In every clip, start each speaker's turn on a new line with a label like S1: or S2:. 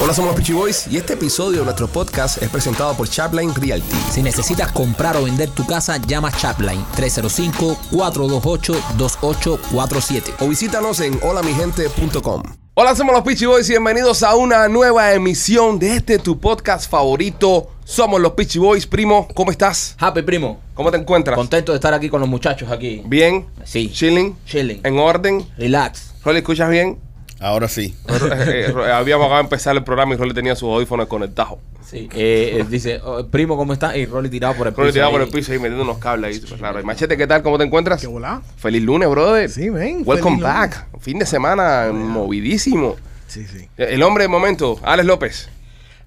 S1: Hola, somos los Peachy Boys y este episodio de nuestro podcast es presentado por Chapline Realty.
S2: Si necesitas comprar o vender tu casa, llama Chapline 305-428-2847.
S1: O visítanos en holamigente.com. Hola, somos los Peachy Boys y bienvenidos a una nueva emisión de este tu podcast favorito. Somos los Peachy Boys, primo. ¿Cómo estás?
S3: Happy, primo.
S1: ¿Cómo te encuentras?
S3: Contento de estar aquí con los muchachos aquí.
S1: Bien.
S3: Sí.
S1: Chilling.
S3: Chilling.
S1: En orden.
S3: Relax.
S1: Rolly, ¿escuchas bien?
S4: Ahora sí.
S1: Eh, eh, Habíamos acabado de empezar el programa y Rolly tenía sus audífonos conectados.
S3: Sí. Eh, eh, dice, oh, primo, ¿cómo estás? Y Rolly tirado por el
S1: Rolly
S3: piso
S1: tirado por
S3: ahí.
S1: el piso y metiendo unos cables ahí. súper raro. Y Machete, ¿qué tal? ¿Cómo te encuentras?
S5: ¿Qué volá?
S1: Feliz lunes, brother.
S5: Sí, men,
S1: Welcome
S5: feliz
S1: back. Fin de semana movidísimo.
S5: Sí, sí.
S1: El hombre de momento, Alex López.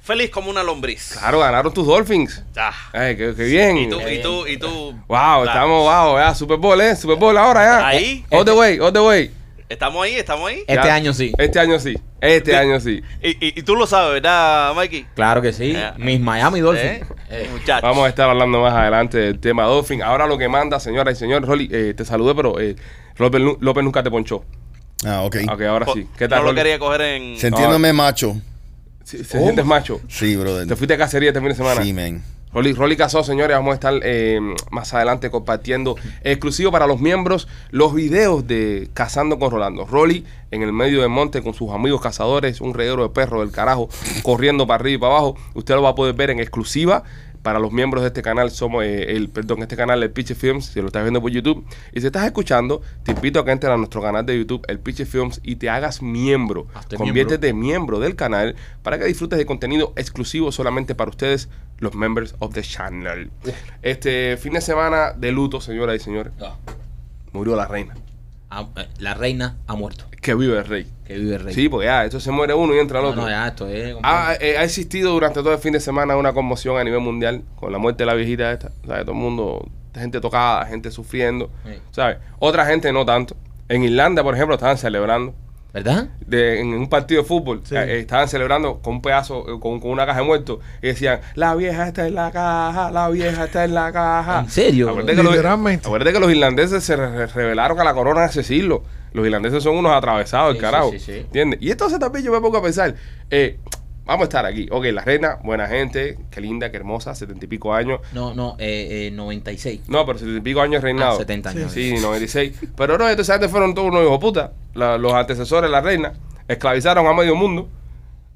S6: Feliz como una lombriz.
S1: Claro, ganaron tus Dolphins.
S6: Ah.
S1: Ay, qué, qué bien.
S6: Y tú, y tú, y tú.
S1: Wow,
S6: Claro.
S1: estamos, wow, ya, Super Bowl, ¿eh? Super Bowl ahora ya.
S6: Ahí.
S1: All the way, all the way.
S6: Estamos ahí, estamos ahí.
S3: Este
S1: Ya.
S3: año sí.
S1: Este año sí. Este año sí.
S6: Y, y- y tú lo sabes, ¿verdad, Mikey?
S3: Claro que sí.
S6: Eh.
S3: Mis Miami Dolphins.
S6: ¿Eh?
S3: Eh.
S6: Muchachos.
S1: Vamos a estar hablando más adelante del tema Dolphin. Ahora lo que manda, señoras y señores, Rolly, eh, te saludé, pero eh, López, nu- López nunca te ponchó.
S4: Ah, ok.
S1: Ok, ahora
S6: Po-
S1: sí. ¿Qué tal,
S6: Oh, No lo
S1: Rolly?
S6: quería coger en.
S4: Sintiéndome macho.
S1: Si- si sientes macho?
S4: Sí, brother.
S1: Te fuiste a cacería este fin de semana.
S4: Sí, man.
S1: Rolly, Rolly Casado, señores, vamos a estar eh, más adelante compartiendo exclusivo para los miembros los videos de Cazando con Rolando. Rolly en el medio del monte con sus amigos cazadores, un reguero de perro del carajo, corriendo para arriba y para abajo. Usted lo va a poder ver en exclusiva para los miembros de este canal. Somos eh, el, perdón, este canal, el Pitch Films, si lo estás viendo por YouTube. Y si estás escuchando, te invito a que entres a nuestro canal de YouTube, el Pitch Films, y te hagas miembro.
S3: Hazte
S1: Conviértete de miembro del canal para que disfrutes de contenido exclusivo solamente para ustedes, los members of the channel. Este fin de semana de luto, señoras y señores,
S3: Ah,
S1: murió la reina.
S3: ah, eh, La reina ha muerto.
S1: Que vive el rey.
S3: Que vive el rey.
S1: Sí, pues ya, esto se muere uno y entra el
S3: no,
S1: otro.
S3: no, ya, esto es.
S1: Ha, eh, ha existido durante todo el fin de semana una conmoción a nivel mundial con la muerte de la viejita esta. ¿Sabes? Todo el mundo, gente tocada, gente sufriendo.
S3: Sí.
S1: ¿Sabes? Otra gente no tanto. En Irlanda, por ejemplo, estaban celebrando.
S3: ¿Verdad?
S1: de- en un partido de fútbol
S5: Sí.
S1: eh, estaban celebrando con un pedazo, eh, con, con una caja de muertos y decían, la vieja está en la caja, la vieja está en la caja.
S3: ¿En serio?
S1: Acuérdate que, los,
S5: Literalmente.
S1: acuérdate que los irlandeses se re- re- revelaron a la corona hace siglos. Los irlandeses son unos atravesados, el
S3: Sí,
S1: carajo.
S3: sí, sí, sí.
S1: ¿Entiendes? Y entonces también yo me pongo a pensar, eh, vamos a estar aquí. Ok, la reina, buena gente, qué linda, qué hermosa, setenta y pico años.
S3: No, no, eh, eh, 96.
S1: No, pero setenta y pico años reinado.
S3: Ah, 70 años.
S1: Sí, 96. Pero no, estos antes fueron todos unos hijos puta. La- los antecesores de la reina esclavizaron a medio mundo.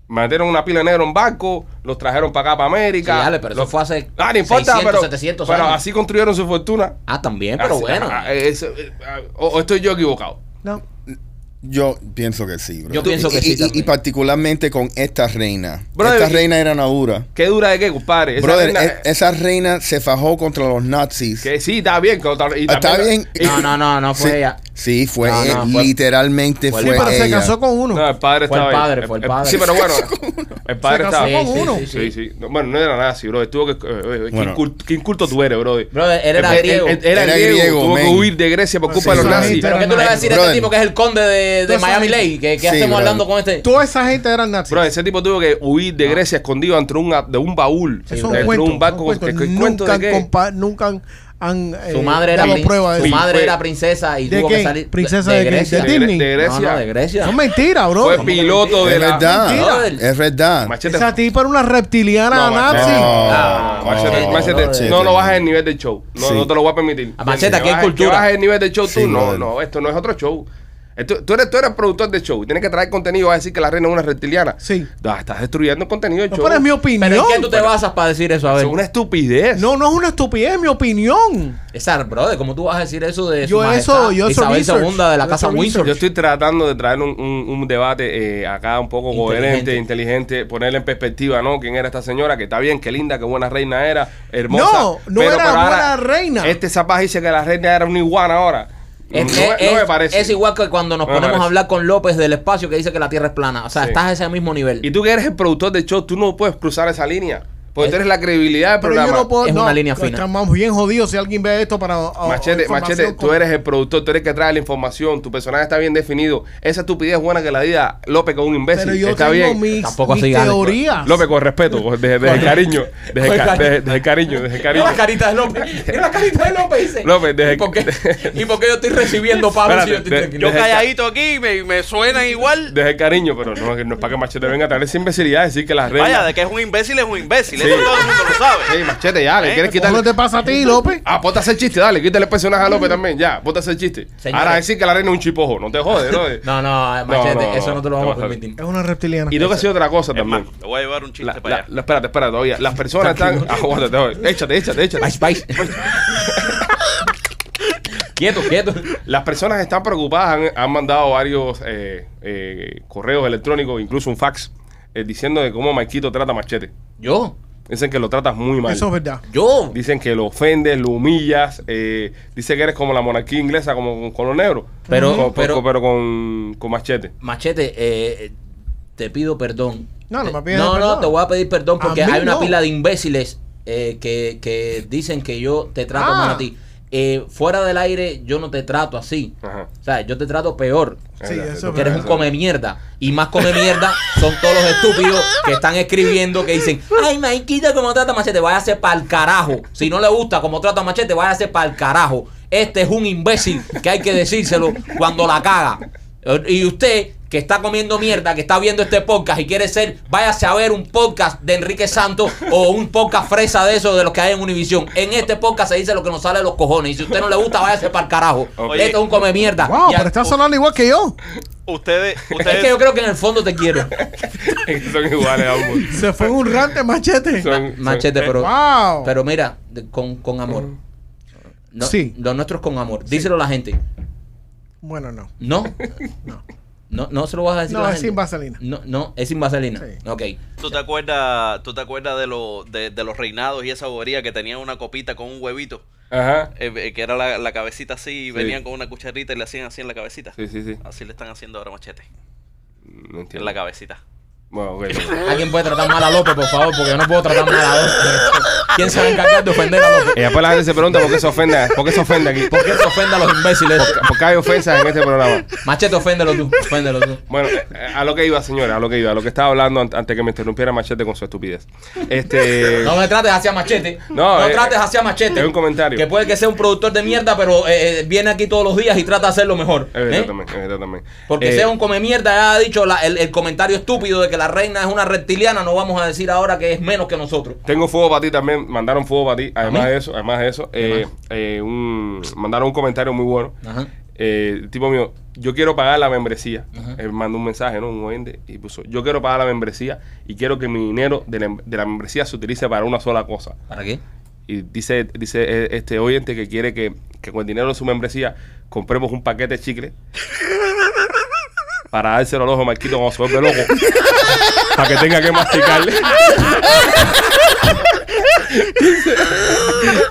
S1: Metieron una pila negra en un barco, los trajeron para acá, para América.
S3: Sí, dale, pero eso
S1: Los-
S3: fue hace
S1: Ah, no importa,
S3: 600,
S1: pero,
S3: 700
S1: pero
S3: años.
S1: así construyeron su fortuna.
S3: Ah, también, pero
S1: Así-
S3: bueno.
S1: ah, ah, eso, eh, ah, o, o estoy yo equivocado.
S5: No.
S4: Yo pienso que sí, bro.
S3: Yo pienso que
S4: Y-
S3: sí
S4: y- Y,
S3: también.
S4: particularmente con esta reina.
S1: Brother,
S4: esta
S1: y-
S4: reina era una dura.
S1: ¿Qué dura de qué, compadre? Esa
S4: brother,
S1: reina-
S4: e- esa reina se fajó contra los nazis.
S1: que sí, está bien. que otra- y
S4: Ah, Está
S1: también-
S4: bien.
S1: y-
S3: No, no, no, no fue
S4: sí,
S3: ella.
S4: Sí, fue
S3: No,
S4: él.
S3: no, fue-
S4: Literalmente
S3: fue
S4: fue,
S5: Sí, pero se
S4: ella.
S5: casó con uno.
S1: No, el padre
S3: Fue el
S1: estaba
S3: padre,
S1: ahí.
S3: fue el padre.
S1: Sí, pero bueno, el padre
S5: Se
S1: estaba
S5: casó
S1: ahí.
S5: con uno.
S3: Sí,
S1: Sí, sí. No, Bueno, no era nada así, bro. Tuvo que, eh, eh, ¿qué,
S4: Bueno.
S1: inculto, qué inculto tú eres, bro?
S3: Brother, él era griego.
S1: era,
S4: Era
S1: griego.
S4: griego,
S1: tuvo que
S4: man.
S1: huir de Grecia por culpa de los
S5: sí,
S1: nazis.
S5: sí,
S3: ¿Pero qué tú le vas a decir a
S4: Brother.
S3: este tipo que es el conde de, de
S5: Entonces,
S3: Miami Lake? ¿Qué, qué
S4: sí,
S3: hacemos
S4: brother.
S3: hablando con este?
S5: Toda esa gente eran nazis.
S1: Bro, ese tipo tuvo que huir de Grecia escondido entre un, de un baúl.
S5: Eso es un
S1: dentro
S5: cuento,
S1: de un barco.
S5: un cuento.
S1: ¿Qué- qué cuento
S5: Nunca,
S1: de
S5: han
S1: qué?
S5: compa- nunca han, han, eh,
S3: Su madre era,
S5: dado
S3: prin-
S5: prueba de
S3: su
S5: eso.
S3: madre
S1: Fue-
S3: era princesa y
S5: ¿De
S3: tuvo que
S5: quién?
S3: salir
S5: ¿Princesa de quién?
S3: Grecia.
S1: De,
S5: ¿De Disney?
S1: de Grecia.
S3: No, no, de Grecia.
S5: Son mentiras, bro.
S1: Fue piloto de
S4: Es
S1: la...
S4: verdad.
S3: Brother.
S4: Es verdad.
S1: Machete.
S5: Esa tipa era una reptiliana
S1: No,
S5: nazi.
S4: No,
S3: Ah,
S4: no,
S1: Machete,
S3: no,
S1: machete,
S3: brother.
S1: no, no bajes el nivel del show. No,
S4: Sí.
S1: no te lo voy a permitir.
S3: Ah, machete,
S1: Que
S3: aquí hay
S1: bajes-
S3: cultura.
S1: Que bajes el nivel del show tú.
S4: Sí,
S1: no,
S4: brother.
S1: no, esto no es otro show. Esto- tú, eres, tú eres productor de show. Tienes que traer contenido. Vas a decir que la reina es una reptiliana.
S5: Sí.
S1: Ah, estás destruyendo el contenido del
S5: No,
S1: show.
S5: pero es mi opinión.
S3: ¿Pero en qué tú te basas para decir eso? A
S1: Eso
S3: ver.
S1: Es una estupidez.
S5: No, no es una estupidez, es mi opinión.
S3: Esa, brother, ¿cómo tú vas a decir eso de
S5: Yo eso- yo eso
S3: Isabel
S5: research.
S3: II de la
S5: Yo
S3: Casa
S5: eso
S3: Windsor?
S1: Yo estoy tratando de traer un, un- un debate eh, acá un poco coherente,
S3: Inteligente.
S1: inteligente, ponerle en perspectiva, ¿no? ¿Quién era esta señora? Que está bien, qué linda, qué buena reina era, hermosa.
S5: No, no era buena reina.
S1: Este zapaz dice que la reina era una iguana ahora.
S3: Es,
S1: no, me-
S3: es-
S1: no me parece.
S3: es igual que cuando nos
S1: No me
S3: ponemos
S1: parece.
S3: a hablar con López del espacio que dice que la Tierra es plana. O sea,
S1: Sí.
S3: estás a ese mismo nivel.
S1: Y tú que eres el productor de show, tú no puedes cruzar esa línea. Porque tú eres la credibilidad del
S5: Eh, Pero
S1: programa.
S5: yo no puedo.
S3: Es
S5: no,
S3: una línea fina.
S5: Estamos bien jodidos si alguien ve esto para. o- o
S1: Machete,
S5: información
S1: machete, tú
S5: con-
S1: eres el productor, tú eres el que trae la información, tu personaje está bien definido. Esa estupidez buena que la diga López con un imbécil.
S5: Pero yo
S1: está bien.
S5: tengo mis,
S3: Tampoco
S5: mis
S3: así, Alex.
S5: teorías.
S1: López, con respeto, con- desde, desde el cariño. Desde el, ca-
S3: Con el
S1: desde- desde el cariño, desde el cariño.
S3: Mira la carita de López. Mira la carita de López. Dice.
S1: López, desde-
S3: ¿Y por, qué, ¿Y por qué yo estoy recibiendo pago si yo estoy
S1: Espérate, de-
S3: tranquilo?
S6: Yo
S1: Deja-
S6: calladito aquí me, me suena igual.
S1: Desde el cariño, pero no, que no es para que Machete venga a traer esa imbecilidad, decir que las reglas.
S6: Vaya, de que es un imbécil, es un imbécil.
S1: Sí.
S6: Eso todo el mundo lo sabe.
S1: Ey, Machete, ya, le
S6: ¿Eh?
S1: quieres quitar.
S5: ¿Cómo te Mm. pasa a ti, López?
S1: Ah, ponte a hacer chiste, dale, quítale el personaje a López también, ya, ponte a hacer chiste.
S3: Señores.
S1: Ahora decir que la reina es un chipojo, no te jodes, ¿no?
S3: No, no, machete,
S1: No, no, no,
S3: eso no te lo vamos a
S1: no, no.
S3: permitir.
S5: Es una reptiliana.
S1: Y tengo que decir otra cosa
S6: Es más,
S1: también.
S6: le voy a llevar un chiste
S1: La-
S6: para
S1: la-
S6: allá.
S1: la- espérate, espérate, todavía. Las personas están. Aguántate, aguántate. échate, échate, échate.
S3: Vice, vice. quieto, quieto.
S1: Las personas que están preocupadas han, han mandado varios eh, eh, correos electrónicos, incluso un fax, eh, diciendo de cómo Maikito trata a Machete.
S3: Yo,
S1: Dicen que lo tratas muy mal.
S5: Eso es verdad.
S3: yo.
S1: Dicen que lo ofendes, lo humillas. Eh, dicen que eres como la monarquía inglesa, como con color negro.
S3: Pero-
S1: Con- con-
S3: pero-
S1: pero con, con Machete.
S3: Machete, eh, te pido perdón.
S5: No, no me
S3: Eh,
S5: pidas
S3: No,
S5: perdón.
S3: no, te voy a pedir perdón
S5: A
S3: porque
S5: mí
S3: hay una
S5: no.
S3: pila de imbéciles eh, que, que dicen que yo te trato
S5: Ah.
S3: mal a ti. Eh, fuera del aire, yo no te trato así.
S1: Ajá.
S3: O sea, yo te trato peor.
S5: Sí,
S1: Era-
S5: eso es
S3: Que eres un
S5: Ajá.
S3: come mierda. Y más come mierda son todos los estúpidos que están escribiendo que dicen: Ay, Maikita, como trata a machete, vaya a ser pa'l carajo. Si no le gusta como trata a machete, vaya a ser pa'l carajo. Este es un imbécil que hay que decírselo cuando la caga. Y usted que está comiendo mierda, que está viendo este podcast y quiere ser, váyase a ver un podcast de Enrique Santos o un podcast fresa de esos de los que hay en Univisión. En este podcast se dice lo que nos sale de los cojones. Y si usted no le gusta, váyase pa'l carajo.
S6: Oye.
S3: Este es un come mierda.
S5: Wow,
S3: Y a-
S5: pero está sonando igual que yo.
S6: Ustedes, ustedes,
S3: es que yo creo que en el fondo te quiero.
S1: Son iguales ambos.
S5: Se fue en un rante machete.
S1: Son-
S3: Machete, pero,
S5: wow.
S3: pero mira, de- con, con amor. No,
S5: Sí.
S3: Lo nuestro es con amor. Díselo a la gente.
S5: Bueno, no.
S3: No. No. No, no se lo vas a decir
S5: No,
S3: a la
S5: es
S3: gente.
S5: sin vaselina.
S3: No, no, es sin vaselina.
S5: Sí.
S3: Ok.
S6: ¿tú te acuerdas, tú te acuerdas de, lo, de, de los reinados y esa bobería que tenían una copita con un huevito?
S1: Ajá.
S6: Eh, eh, que era la, la cabecita así y venían con una cucharita y le hacían así en la cabecita.
S1: Sí, sí, sí.
S6: Así le están haciendo ahora machete.
S1: No
S6: En
S1: entiendo.
S6: la cabecita.
S1: Bueno, ok.
S3: ¿Alguien puede tratar mal a López, por favor? Porque yo no puedo tratar mal a López. ¿Quién se va a encargar de ofender a López?
S1: Y Eh, después la gente se pregunta por qué se ofende, por qué se ofende aquí.
S3: ¿Por qué se ofende a los imbéciles?
S1: Porque hay ofensas en este programa.
S3: Machete, oféndelo tú. Oféndelo tú.
S1: Bueno, eh, a lo que iba, señora, a lo que iba, a lo que estaba hablando an- antes que me interrumpiera Machete con su estupidez. Este.
S3: No me trates hacia machete.
S1: No,
S3: No,
S1: eh,
S3: trates hacia machete.
S1: es un comentario.
S3: Que puede que sea un productor de mierda, pero eh, eh, viene aquí todos los días y trata de hacerlo mejor.
S1: Es verdad
S3: ¿eh?
S1: también, es verdad también.
S3: Porque
S1: Eh,
S3: sea un come mierda, ya ha dicho la- el, el comentario estúpido de que la reina es una reptiliana, no vamos a decir ahora que es menos que nosotros.
S1: Tengo fuego para ti también, mandaron fuego para ti, además
S3: mí?
S1: de eso, además de eso, eh, eh, un, mandaron un comentario muy bueno.
S3: Ajá.
S1: Eh, el tipo mío, yo quiero pagar la membresía. Él mandó un mensaje, ¿no? Un oyente y puso, yo quiero pagar la membresía y quiero que mi dinero de la, de la membresía se utilice para una sola cosa.
S3: ¿Para qué?
S1: Y dice, dice eh, este oyente que quiere que, que con el dinero de su membresía compremos un paquete de chicle para dárselo al ojo de Marquito cuando se vuelve loco. para que tenga que masticarle. Dice,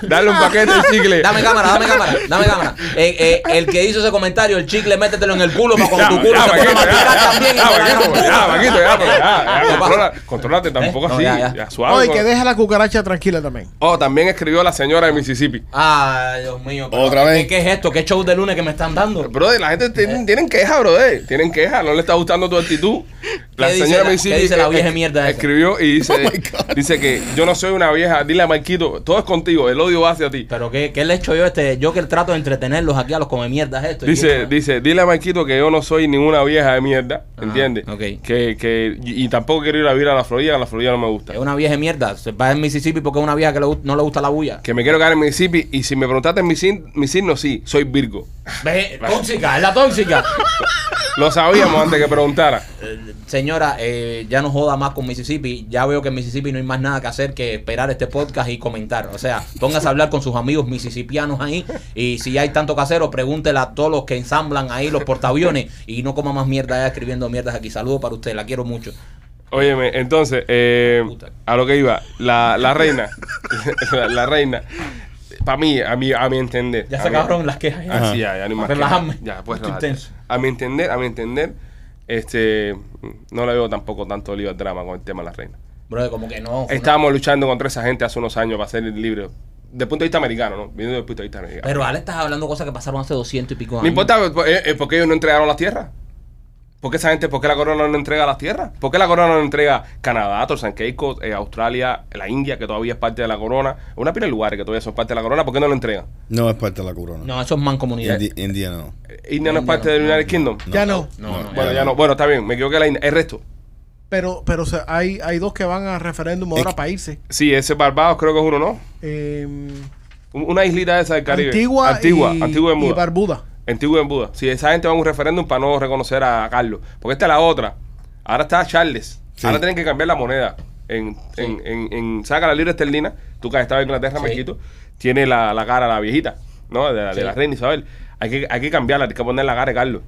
S1: Dale un paquete de chicle.
S3: Dame cámara, dame cámara, dame cámara. Eh, eh, el que hizo ese comentario, el chicle, métetelo en el culo para cuando tu culo se ponga a masticar también. y te la hagan puta. ¿Qué pasa?
S1: Controlate tampoco
S3: Eh, no,
S1: así.
S3: ya, ya.
S1: ya,
S5: Oye,
S1: Suave.
S5: que deja la cucaracha tranquila también.
S1: Oh, también escribió la señora de Mississippi.
S3: Ay, Dios mío. pero
S4: Otra
S3: ¿qué-
S4: vez.
S3: ¿Qué es esto? ¿Qué show de lunes que me están dando?
S1: Brother, la gente
S3: Eh.
S1: tiene- tienen queja, brother. Tienen queja. No le está gustando tu actitud. La
S3: ¿Qué dice
S1: señora
S3: la-
S1: de Mississippi.
S3: qué dice la
S1: eh,
S3: vieja
S1: eh,
S3: mierda esa?
S1: Escribió y dice:
S4: Oh my God.
S1: Dice que yo no soy una vieja. Dile a Marquito, todo es contigo. El odio va hacia ti.
S3: Pero qué, qué le he hecho yo este, yo que trato de entretenerlos aquí a los come mierdas esto.
S1: Dice,
S3: Y-
S1: dice, dile a Marquito que yo no soy ninguna vieja de mierda,
S3: Ajá,
S1: ¿entiendes?
S3: ok.
S1: Que, que, y, y tampoco quiero ir a vivir a la Florida, la Florida no me gusta.
S3: Es una vieja de mierda. Se va en Mississippi porque es una vieja que le gust- no le gusta la bulla.
S1: Que me quiero quedar en Mississippi. Y si me preguntaste mi, sin- mi signo, sí, soy Virgo.
S3: Ve, tóxica, es la tóxica.
S1: Lo sabíamos antes que preguntara.
S3: Eh, Señora, eh, ya no joda más con Mississippi. Ya veo que en Mississippi no hay más nada que hacer que esperar este podcast y comentar. O sea, póngase a hablar con sus amigos mississippianos ahí. Y si hay tanto casero, pregúntele a todos los que ensamblan ahí los portaaviones. Y no coma más mierda allá escribiendo mierdas aquí. Saludos para usted, la quiero mucho.
S1: Óyeme, entonces, eh,
S3: Puta.
S1: a lo que iba, la, la reina, la, la reina, para mí, a mi, a mi entender.
S3: Ya
S1: a
S3: se
S1: mi-
S3: acabaron las quejas.
S1: Ah, sí, ya, ya no hay más que-
S3: Relajarme.
S1: Ya, pues
S3: Estoy
S1: relajarte.
S3: tenso.
S1: A mi entender, a mi entender, este, no le veo tampoco tanto lío al drama con el tema de la reina.
S3: Bro, como que no. fue una-
S1: Estábamos luchando contra esa gente hace unos años para ser libre. Desde el punto de vista americano, ¿no? Viendo desde el punto de vista americano.
S3: Pero Ale, estás hablando cosas que pasaron hace 200 y pico años.
S1: No importa, eh, eh, porque ellos no entregaron las tierras. ¿Por qué esa gente, por qué la corona no entrega las tierras? ¿Por qué la corona no entrega Canadá, San Keiko, eh, Australia, la India, que todavía es parte de la corona? Una pila de lugares que todavía son parte de la corona, ¿por qué no lo entregan?
S4: No es parte de la corona.
S3: No, eso es mancomunidad.
S4: Indi- India no.
S1: Eh, ¿India no es parte del United Kingdom?
S5: Ya no.
S3: No, no.
S1: Bueno, ya no. Bueno, está bien, me equivoqué la India. El resto.
S5: Pero, pero o sea, hay, hay dos que van a referéndum ahora para irse.
S1: Sí, ese Barbados creo que es uno, ¿no?
S5: Eh,
S1: Un- Una islita esa del Caribe.
S5: Antigua,
S1: Antigua,
S5: y,
S1: Antigua de
S5: y
S1: Muda.
S5: Barbuda.
S1: Antigua en Buda. Si esa gente va a un referéndum para no reconocer a Carlos. Porque esta es la otra. Ahora está Charles.
S4: Sí.
S1: Ahora tienen que cambiar la moneda. En, en, en, en- saca la libra esterlina. Tú que has estado en Inglaterra,
S3: Sí.
S1: Mequito. Tiene la, la cara, la viejita. ¿No? De la, de la
S3: Sí.
S1: reina Isabel. Hay que, hay que cambiarla. Hay que poner la cara de Carlos.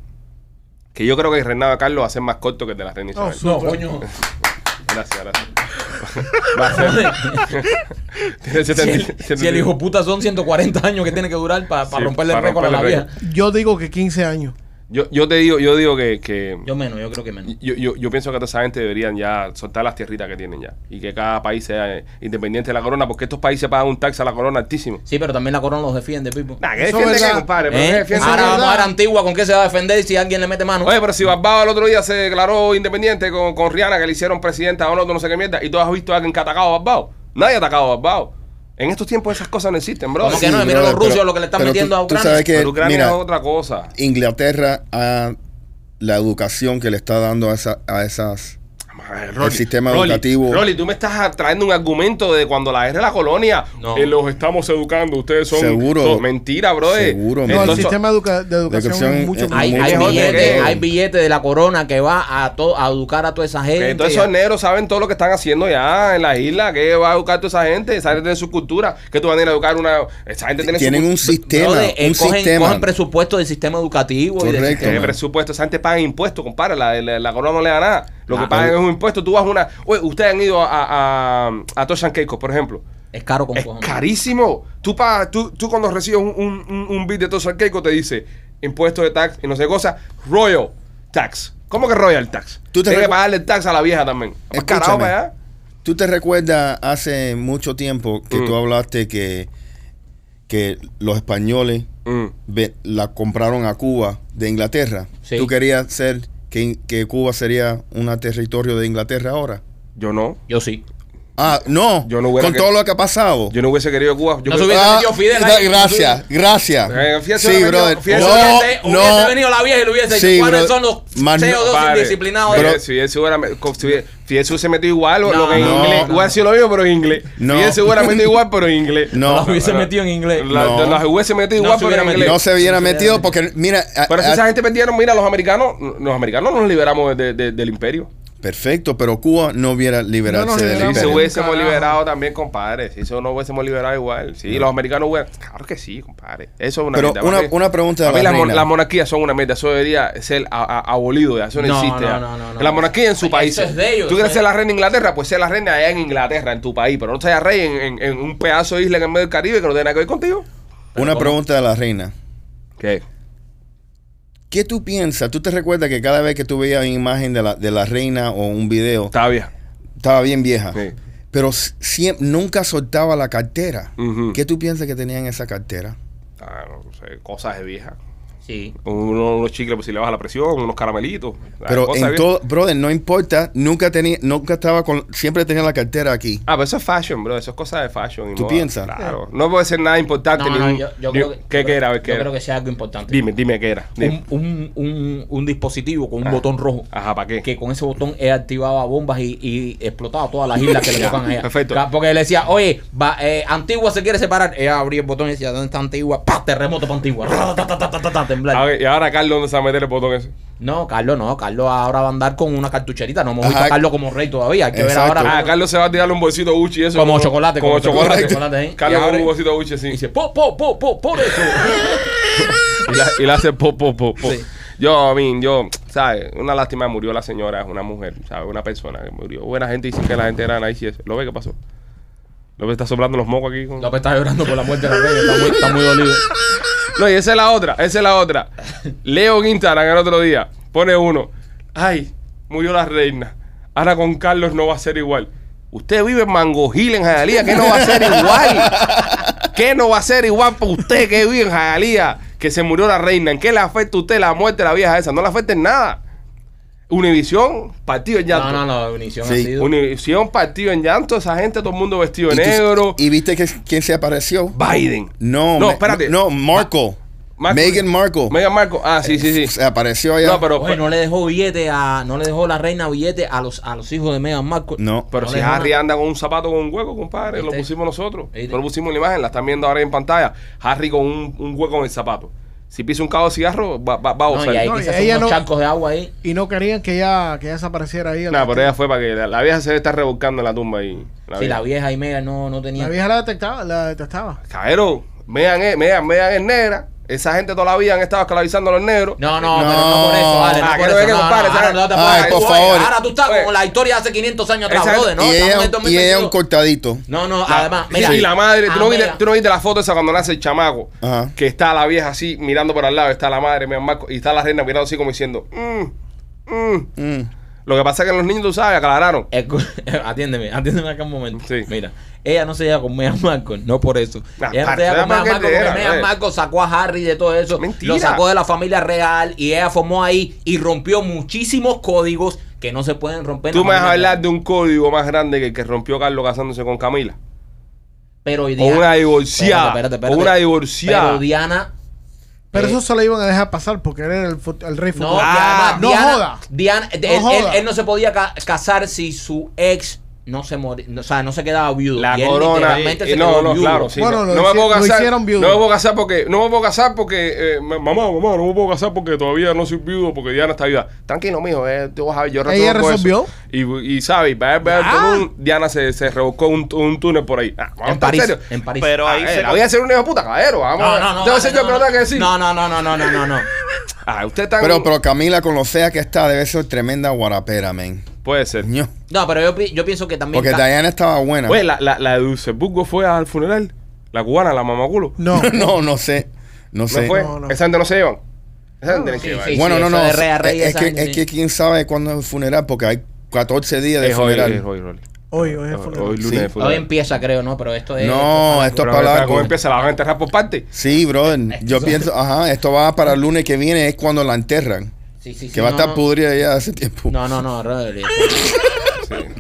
S1: Que yo creo que el reinado de Carlos va a ser más corto que el de la reina
S5: No,
S1: Isabel.
S3: No,
S5: súper.
S3: coño.
S1: Gracias, gracias. Va a ser. Tiene
S3: Si
S1: 70
S3: el, si el hijo puta son 140 años que tiene que durar para
S1: Sí,
S3: romperle el
S1: para
S3: récord a la
S1: romperle el
S3: vieja.
S1: récord.
S5: Yo digo que 15 años.
S1: Yo, yo te digo, yo digo que, que
S3: Yo menos, yo creo que menos.
S1: Yo, yo, yo pienso que toda esa gente deberían ya soltar las tierritas que tienen ya. Y que cada país sea eh, independiente de la corona, porque estos países pagan un tax a la corona altísimo.
S3: Sí, pero también la corona los defiende, Pipo.
S1: Nah, que
S5: Eso
S1: defiende
S5: es
S1: que,
S5: verdad.
S1: compadre. pero
S3: ¿Eh?
S1: que defiende Pues,
S3: Ahora
S1: que-
S3: vamos a ver
S5: verdad.
S3: Antigua con qué se va a defender si alguien le mete mano.
S1: Oye, pero si Barbados el otro día se declaró independiente con, con Rihanna, que le hicieron presidenta a otro, no sé qué mierda, y tú has visto a alguien que ha atacado a Barbados. Nadie ha atacado a Barbados. En estos tiempos esas cosas no existen, bro.
S3: ¿Cómo que no? Mira los rusos lo que le están
S4: pero
S3: metiendo
S4: tú-
S3: a Ucrania.
S4: Tú sabes que,
S1: Pero Ucrania
S4: mira,
S1: es otra cosa.
S4: Inglaterra a la educación que le está dando a, esa- a esas...
S1: Madre,
S4: sistema educativo.
S1: Rolly, tú me estás trayendo un argumento de cuando la guerra de la colonia.
S3: No.
S1: eh, los estamos educando, ustedes son.
S4: Seguro.
S1: son- mentira, brother.
S4: Seguro,
S1: Eh,
S5: No, el
S1: entonces-
S5: sistema educa- de educación
S4: educación
S5: es mucho
S4: es-
S5: más.
S3: Hay,
S4: Mucho
S3: hay
S1: mejor que-
S3: billetes, hay billetes de la corona que va a, to- a educar a toda esa gente.
S1: que todos esos negros saben todo lo que están haciendo ya en la isla. que va a educar toda esa gente? Esa gente tiene su cultura. que tú vas a ir a educar una.? Esa gente tiene
S4: Tienen
S1: su
S4: un sistema,
S3: Brother, eh,
S4: un
S3: cogen,
S4: sistema.
S3: cogen presupuesto del sistema educativo. y del
S1: Eh,
S4: Correcto.
S3: sistema-
S1: presupuesto, esa gente paga impuestos, compadre. La, la, la corona no le da nada. Lo que
S3: Ah,
S1: pagan
S4: pero-
S1: es un impuesto. Tú vas a una. Oye, ustedes han ido a, a, a, a Tosh and Caicos, por ejemplo.
S3: Es caro con
S1: Es
S3: cojones.
S1: carísimo. Tú, pagas- tú, tú cuando recibes un, un, un, un bill de Tosa Keiko te dice impuestos de tax y no sé qué cosa, Royal Tax. ¿Cómo que Royal Tax?
S4: Tú te
S1: Tienes que
S4: recu-
S1: pagarle el tax a la vieja también. Más
S4: Escúchame.
S1: carajo para allá.
S4: ¿Tú te recuerdas hace mucho tiempo que
S1: Mm.
S4: tú hablaste que, que los españoles
S1: Mm.
S4: ve- la compraron a Cuba de Inglaterra?
S3: Sí.
S4: ¿Tú querías ser que, que Cuba sería un territorio de Inglaterra ahora?
S1: Yo no.
S3: Yo sí.
S4: Ah, no.
S1: Yo no hubiera
S4: Con
S1: que-
S4: todo lo que ha pasado.
S1: Yo no hubiese querido Cuba. Yo
S3: No
S1: me-
S3: hubiese
S4: Ah,
S3: metido Fidel
S4: da-
S3: ahí.
S4: gracias, gracias.
S1: Eh, fíjate,
S4: sí,
S1: hubiera
S4: brother.
S1: metido- fíjate,
S4: no,
S3: hubiese, hubiese
S4: no.
S3: venido la vieja y le hubiese dicho
S4: Sí,
S3: cuáles
S4: bro.
S3: son los
S4: Más no-
S3: CO2
S1: Padre,
S3: indisciplinados.
S1: pero
S3: Pero-
S1: si él se hubiera me- co- si hubiera- si él se hubiese metido igual, o lo
S3: eh. No,
S1: que en
S4: no,
S1: inglés.
S4: no.
S1: Hubiera sido lo mismo, pero en inglés.
S4: No.
S1: Si él se hubiera metido igual, pero en inglés.
S4: No.
S3: Las hubiese metido en inglés.
S1: La-
S4: No.
S1: Las hubiese metido
S3: No
S1: igual,
S3: se
S1: pero en
S3: hubiera
S1: inglés.
S4: No se Ah. hubiera metido porque, mira. a-
S1: Pero si
S4: a-
S1: esa gente perdieron, mira, los americanos, los americanos nos liberamos de- de- del imperio.
S4: perfecto, pero Cuba no hubiera liberado
S5: No nos
S1: Sí,
S5: liberamos.
S1: se
S5: Pero-
S1: hubiésemos
S5: Carajo.
S1: liberado también, compadre. Si eso no hubiésemos liberado igual. Sí, los americanos hubieran. Claro que sí, compadre. Eso es una
S4: Pero
S1: Para
S4: una-
S1: mí-
S4: una pregunta de
S1: para mí
S4: la
S1: las, mon-
S4: reina.
S1: las monarquías son una mierda. Eso debería ser a- a- abolido. ya. Eso no,
S3: No,
S1: existe.
S3: no,
S1: ya.
S3: no, no, no.
S1: La monarquía en su
S3: Eso
S1: país.
S3: es de ellos,
S1: Tú quieres
S3: eso
S1: ser
S3: es-
S1: la reina de Inglaterra, pues ser la reina allá en Inglaterra, en tu país. Pero no seas rey en, en- en un pedazo de isla en el medio del Caribe que no tiene nada que ver contigo.
S4: Una pregunta de la reina.
S1: ¿Qué?
S4: ¿Qué tú piensas? ¿Tú te recuerdas que cada vez que tú veías una imagen de la, de la reina o un video,
S1: Está bien.
S4: estaba bien vieja?
S1: Sí.
S4: Pero siem- nunca soltaba la cartera.
S1: Ujú.
S4: ¿Qué tú piensas que tenía en esa cartera?
S1: Ah, no sé, cosas de vieja.
S3: Sí.
S1: Uno- unos chicles, pues si le baja la presión, unos caramelitos. Ah,
S4: Pero
S1: cosas de
S4: en
S1: vieja.
S4: todo, brother, no importa, nunca tenía, nunca estaba con, siempre tenía la cartera aquí.
S1: Ah, pero eso es fashion, bro. Eso es cosa de fashion. y
S4: ¿Tú
S1: moda.
S4: piensas?
S1: Claro. No puede ser nada importante.
S3: No,
S1: ni
S3: no,
S1: Ah, un-
S3: yo, yo
S1: ni
S3: creo
S1: un-
S3: que,
S1: ¿Qué
S3: yo-
S1: que era? A ver, ¿qué
S3: yo
S1: era?
S3: creo que sea algo importante.
S1: Dime, dime qué era. Dime. Ah.
S3: Un, un, un, un dispositivo con un botón rojo.
S1: Ajá, ¿para qué?
S3: Que con ese botón él activaba bombas y, y explotaba todas las islas que le
S1: Ya,
S3: tocan a ella.
S1: perfecto.
S3: Ca- Porque él decía, oye, va, eh, Antigua se quiere separar. Ella abría el botón y decía, ¿dónde está Antigua? ¡Pah! Terremoto para Antigua. Ra, ta, ta, ta, ta, ta, ta, temblar.
S1: A ver, Ah, y ahora, Carlos, ¿dónde se va a meter el botón ese?
S3: No, Carlos no. Carlos ahora va a andar con una cartucherita. No hemos visto
S4: Ajá.
S3: a Carlos como rey todavía. Hay que
S4: Exacto.
S3: ver ahora.
S1: Ah, Carlos se va a tirarle un bolsito Gucci. Eso,
S3: Como chocolate,
S1: Como,
S3: como
S1: chocolate.
S3: chocolate, ¿eh?
S1: Carlos
S3: Y
S1: abre
S3: abre-
S1: un bolsito Gucci así.
S3: Y dice, po, po, po, po, por eso.
S1: Y la- y le hace po, po, po, po.
S3: Sí.
S1: Yo, a mí, yo, ¿sabes? Una lástima murió la señora, es una mujer, ¿sabes? Una persona que murió. Buena gente, dicen que la gente era nice y eso. ¿Lo ve qué pasó? ¿Lo ve? Está soplando los mocos aquí. Con...
S3: López está llorando por la muerte de la reina. Está muy, está muy dolido.
S1: No, y esa es la otra, esa es la otra. Leo en Instagram el otro día pone uno. Ay, murió la reina. Ahora con Carlos no va a ser igual. Usted vive en Mango Hill, en Jayalía, que no va a ser igual. ¿Qué no va a ser igual para usted que vive en Jayalía, que se murió la reina? ¿En qué le afecta a usted la muerte de la vieja esa? No le afecta en nada. Univisión, partido en llanto.
S3: No, no, no, Univision ha
S4: Sí.
S3: sido.
S1: Univisión, partido en llanto. Esa gente, todo el mundo vestido de
S4: tú-
S1: negro.
S4: ¿Y viste que, quién se apareció?
S1: Biden.
S4: No,
S1: No,
S4: me-
S1: espérate.
S4: No, Marco.
S1: Marco-
S4: Meghan Markle.
S1: Meghan Marco. Ah, sí, sí, sí.
S4: Se apareció allá.
S1: No, pero,
S3: Oye, no le dejó billete a. No le dejó la reina billete a los, a los hijos de Meghan Markle.
S4: No.
S1: pero
S3: no
S1: si
S3: le dejan.
S1: Harry anda con un zapato con un hueco, compadre, lo
S3: ¿Viste?
S1: pusimos nosotros.
S3: ¿Viste?
S1: No lo pusimos en la imagen, la están viendo ahora en pantalla. Harry con un, un hueco en el zapato. Si pisa un cabo de cigarro, va, va, va a
S3: No,
S1: gozar.
S3: y ahí
S5: No, y
S3: quizás
S5: ella
S3: unos
S5: no-
S3: charcos de agua ahí.
S5: Y no querían que ya, que ya desapareciera ahí. el
S1: Nah, pero
S5: castillo.
S1: ella fue para que la, la vieja se debe estar revolcando en la tumba ahí.
S3: si la vieja y Meghan no, no tenía.
S5: La vieja la detectaba, la detectaba.
S1: Cabrero, Megan es, Megan, Megan es negra. Esa gente toda la vida han estado esclavizando a los negros.
S3: No, no,
S4: No.
S3: pero no por eso, vale.
S1: Ah,
S3: no
S1: que no
S3: por eso.
S1: ve que
S3: no, no,
S1: compadre,
S3: ahora
S1: ¿sabes?
S3: no te
S4: Ay,
S3: pongas-
S4: por
S3: Oye,
S4: favor.
S3: Ahora tú estás
S1: Oye.
S3: como la historia de hace 500 años atrás,
S1: Exacto.
S3: brother, ¿no?
S4: y ella,
S3: Estamos en
S4: y ella
S3: 2022.
S4: un cortadito.
S3: No, no,
S1: La-
S3: además,
S1: y-
S3: mira.
S1: y la madre, ¿tú
S3: Ah,
S1: no, viste,
S3: mira.
S1: tú no viste la foto esa cuando nace el chamaco,
S4: Ajá.
S1: que está la vieja así mirando por al lado, está la madre, mi mamá, y está la reina mirando así como diciendo, "Mm, mm".
S4: Mm.
S1: lo que pasa es que los niños, tú sabes, aclararon.
S3: Escu- Atiéndeme, atiéndeme acá un momento.
S1: Sí.
S3: Mira, ella no se lleva con Meghan Marco, no por eso.
S1: Ah,
S3: ella no se
S1: parte,
S3: lleva con
S1: además
S3: Meghan
S1: que
S3: Marco
S1: era,
S3: porque Meghan
S1: eh.
S3: Marco sacó a Harry de todo eso.
S1: Mentira.
S3: Lo sacó de la familia real y ella formó ahí y rompió muchísimos códigos que no se pueden romper. en
S1: Tú
S3: la
S1: me vas a
S3: familia
S1: hablar
S3: real.
S1: de un código más grande que el que rompió Carlos casándose con Camila.
S3: Pero hoy
S1: O
S3: día-
S1: una divorciada.
S3: Espérate, espérate,
S1: O
S3: espérate.
S1: una divorciada.
S3: Pero Diana.
S5: Pero
S3: eh,
S5: eso se lo iban a dejar pasar porque él era el, fu- el rey
S3: No,
S5: futuro.
S3: y
S1: Ah,
S3: además,
S5: no
S3: Diana,
S5: joda.
S3: Diana- él,
S5: No
S3: él-
S5: joda.
S3: él no se podía ca- casar si su ex no se moría, o sea, no se quedaba viudo.
S1: La
S3: Y él
S1: corona.
S3: literalmente
S1: eh,
S3: se
S1: no,
S3: quedó
S1: no,
S3: viudo.
S1: claro. sí,
S5: Bueno,
S1: no.
S5: lo
S1: no me
S5: hici-
S1: puedo
S5: lo
S1: casar.
S5: hicieron viudo.
S1: No me puedo casar porque. No me puedo casar porque. eh, ma- mamá, mamá, no me puedo casar porque todavía no soy viudo porque Diana está viva. Tranquilo, mijo. eh, tú vas a ver, yo
S5: Ella
S1: reconozco
S5: resolvió.
S1: eso. Y, y sabes, para ver, Diana se, se rebocó un, un túnel por ahí. Ah, vamos a
S3: Ah. En
S1: estar
S3: París,
S1: serios.
S3: en París.
S6: Pero ahí
S1: Ah, eh,
S6: se
S1: la voy a hacer un hijo de puta, caballero. Vamos
S3: No,
S1: a-
S3: no, no.
S1: Debo
S3: vale,
S1: ser
S3: no,
S1: yo el que lo
S3: no.
S1: tenga que decir.
S3: No, no, no, no, no, no, no, no.
S1: Ah, usted está.
S4: Pero, pero Camila, con lo fea que está, debe ser tremenda guarapera, men.
S1: Puede ser.
S4: Ño.
S3: No, pero yo, pi- yo pienso que también.
S4: Porque
S3: ca-
S4: Diana estaba buena.
S1: Oye, Pues, la, la, la de Dulceburgo fue al funeral. La cubana, la mamaculo.
S5: No.
S4: no, no sé. No
S1: No
S4: sé.
S1: fue.
S5: No, no.
S1: Esa gente no se llevan. Esa gente tiene que
S3: sí,
S1: llevar.
S3: sí.
S4: Bueno, no,
S3: esa
S4: no.
S3: de Rey a Rey,
S4: es,
S3: esa
S4: que,
S3: gente,
S4: es
S3: sí.
S4: que quién sabe cuándo es el funeral, porque hay 14 días de
S1: Es hoy,
S4: funeral.
S1: es hoy, Rolly.
S5: Hoy, hoy es el
S1: Hoy,
S5: funeral.
S1: hoy lunes
S4: Sí.
S1: de funeral.
S3: Hoy empieza, creo, ¿no? Pero esto es.
S4: No, esto
S1: Pero
S4: es para
S1: ahorita
S4: largo.
S1: ¿Cómo empieza? ¿La van a enterrar por parte?
S4: Sí, brother. Yo pienso, ajá, esto va para el lunes que viene, es cuando la enterran.
S3: Sí, sí, sí,
S4: que va
S3: no,
S4: a estar
S3: no.
S4: pudrida ya hace tiempo.
S3: No, no, no, Rodri.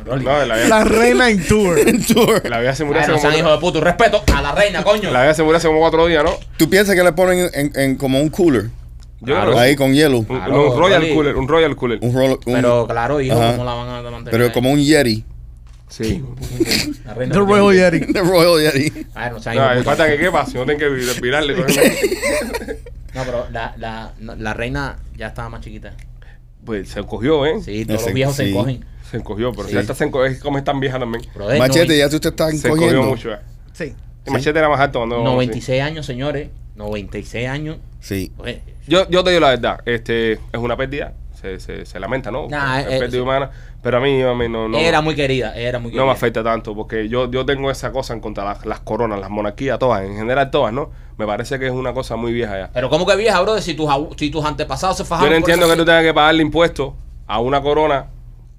S1: No, la vida,
S5: La reina en tour.
S4: Tú-
S1: la vida se murió
S3: Ay,
S1: hace
S3: Ah, no sean hijos
S1: como...
S3: de puto. Respeto a la reina, coño.
S1: La vida se murió hace como cuatro días, ¿no?
S4: Tú piensas que le ponen en, en como un cooler,
S1: Yo
S3: Claro.
S1: creo que
S4: ahí con hielo.
S1: sí. un,
S3: Claro,
S1: no, un Royal
S3: Rolly.
S1: Cooler, un Royal Cooler.
S4: Un rolo- un-
S3: Pero claro, hijo,
S4: Ajá.
S3: ¿cómo la van a mantener?
S1: eh,
S4: pero como un Yeti.
S1: Sí.
S3: La reina
S5: The
S3: no
S5: Royal
S3: tiene-
S5: Yeti.
S4: The Royal Yeti.
S3: Ay, no sean hijos
S1: No,
S3: de
S1: me
S3: puta.
S1: falta Ah, que quepa, si no tienen que vir- virarle. por ejemplo.
S3: No, pero la, la, no, la reina ya estaba más chiquita.
S1: Pues se encogió, ¿eh?
S3: Sí, todos
S4: Ese-
S3: los viejos se
S4: sí.
S3: encogen.
S1: Se encogió, pero
S4: Sí.
S1: si esta se encogió, es como es tan vieja también.
S3: Brother,
S4: Machete,
S3: noven-
S4: ya tú te estás
S1: Se encogió
S4: encogiendo.
S1: mucho. eh.
S5: Sí.
S1: El machete era más alto cuando...
S3: 96 años, señores. 96 años. Pues,
S4: Sí.
S3: Oye,
S1: sí. Yo, yo te digo la verdad, este, es una pérdida, se, se, se lamenta, ¿no?
S3: Nah,
S1: es
S3: eh,
S1: pérdida humana, pero a mí, a mí no, no...
S3: era muy querida, era muy querida.
S1: No me afecta tanto, porque yo, yo tengo esa cosa en contra de las, las coronas, las monarquías, todas, en general todas, ¿no? Me parece que es una cosa muy vieja ya.
S3: Pero ¿cómo que vieja, brother? Si tus, abu- si tus antepasados se
S1: Yo
S3: fajaron
S1: no
S3: Ah, por
S1: entiendo que tú
S3: eso, sí.
S1: tengas que pagarle impuestos a una corona.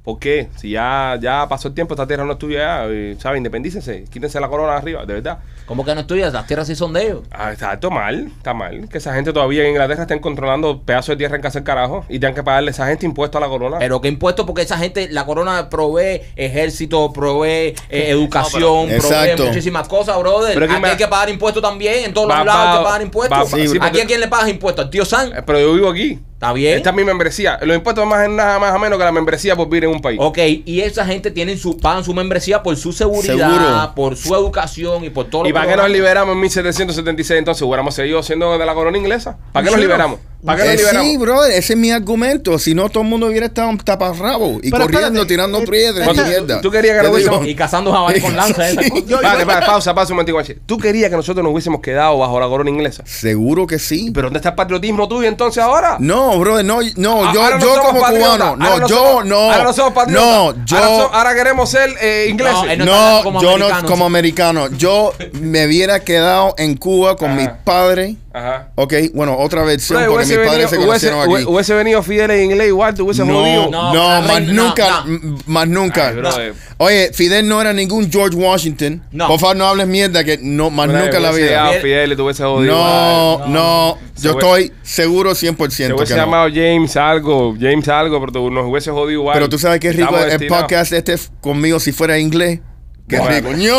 S1: ¿Por qué? Si ya, ya pasó el tiempo, esta tierra no es tuya ya, eh, ¿sabes? Independícense, quítense la corona de arriba, de verdad.
S3: ¿Cómo que no es tuya? Las tierras sí son de ellos.
S1: Ah, está esto mal, está mal. Que esa gente todavía en Inglaterra estén controlando pedazos de tierra en casa del carajo y tengan que pagarle a esa gente impuestos a la corona.
S3: Pero qué impuestos, porque esa gente, la corona provee ejército, provee eh, educación,
S4: pero-
S3: provee
S4: Exacto.
S3: muchísimas cosas, brother.
S1: Pero
S3: Aquí
S1: que me-
S3: hay que pagar impuestos también, en todos
S1: Va-
S3: los lados hay
S1: va-
S3: que pagar impuestos.
S1: va-
S4: sí,
S3: aquí
S1: porque-
S3: a quién le pagas impuestos, al tío San.
S1: Eh, pero yo vivo aquí.
S3: Está bien.
S1: Esta es mi membresía. Los impuestos más en nada más o menos que la membresía por vivir en un país.
S3: Ok, y esa gente tiene su pagan su membresía por su seguridad,
S4: Seguro.
S3: por su educación y por todo lo
S1: ¿Y para qué nos
S3: programas.
S1: liberamos en 1776 entonces? Hubiéramos seguido siendo de la corona inglesa. ¿Para qué nos
S5: Sí,
S1: liberamos? ¿Para qué nos
S4: Eh, sí,
S1: liberamos?
S4: brother, ese es mi argumento. Si no, todo el mundo hubiera estado taparrabo y
S5: Pero
S4: corriendo,
S5: espérate,
S4: tirando
S5: eh,
S4: piedras y
S1: ¿Tú-
S4: mierda.
S1: tú querías que
S4: Te
S1: lo
S4: digo,
S1: hubiésemos-
S3: Y cazando jabalí con lanza. esa cosa.
S5: Yo-
S1: Vale,
S5: yo-
S1: vale, pausa, pausa un momentico. Guache. Tú querías que nosotros nos hubiésemos quedado bajo la corona inglesa.
S4: Seguro que sí.
S1: ¿Pero dónde está el patriotismo tuyo entonces ahora?
S4: No, brother, no, no,
S1: Ah,
S4: yo,
S1: ahora no
S4: yo
S1: somos
S4: como
S1: patriotas,
S4: cubano, no,
S1: ahora
S4: yo
S1: somos-
S4: no,
S1: Ahora no somos patriotas.
S4: no, yo,
S1: Ahora, so- ahora queremos ser eh, ingleses.
S3: No, él
S4: no,
S3: está como
S4: yo
S3: americano,
S4: no como americano, yo me hubiera quedado en Cuba con
S1: Ajá.
S4: mis padres
S1: Ajá.
S4: Ok, bueno, otra versión,
S1: Bro,
S4: porque mis
S1: hubiese
S4: padres se
S1: venido- hubiese-
S4: conocieron aquí.
S1: hubiese venido fiel en inglés igual, te hubiese
S4: No,
S1: jodido.
S4: no,
S3: No,
S4: más
S3: no,
S4: nunca,
S3: no.
S4: m- más nunca.
S1: Ay, brother.
S4: Oye, Fidel no era ningún George Washington.
S3: No.
S4: Por favor, no hables mierda que no, más
S1: Bro,
S4: nunca en la
S1: hubiese
S4: vida.
S1: llegado Fidel y te hubiese jodido.
S4: No,
S3: No.
S4: no, yo
S1: Se
S4: estoy seguro
S1: Te
S4: 100%
S1: hubiese
S4: que no.
S1: llamado James algo, James algo, pero te- nos hubiese jodido igual.
S4: Pero tú sabes qué rico
S1: Estamos
S4: el
S1: destinados.
S4: podcast este f- conmigo si fuera inglés. Qué
S1: Bueno.
S4: rico. ¡No!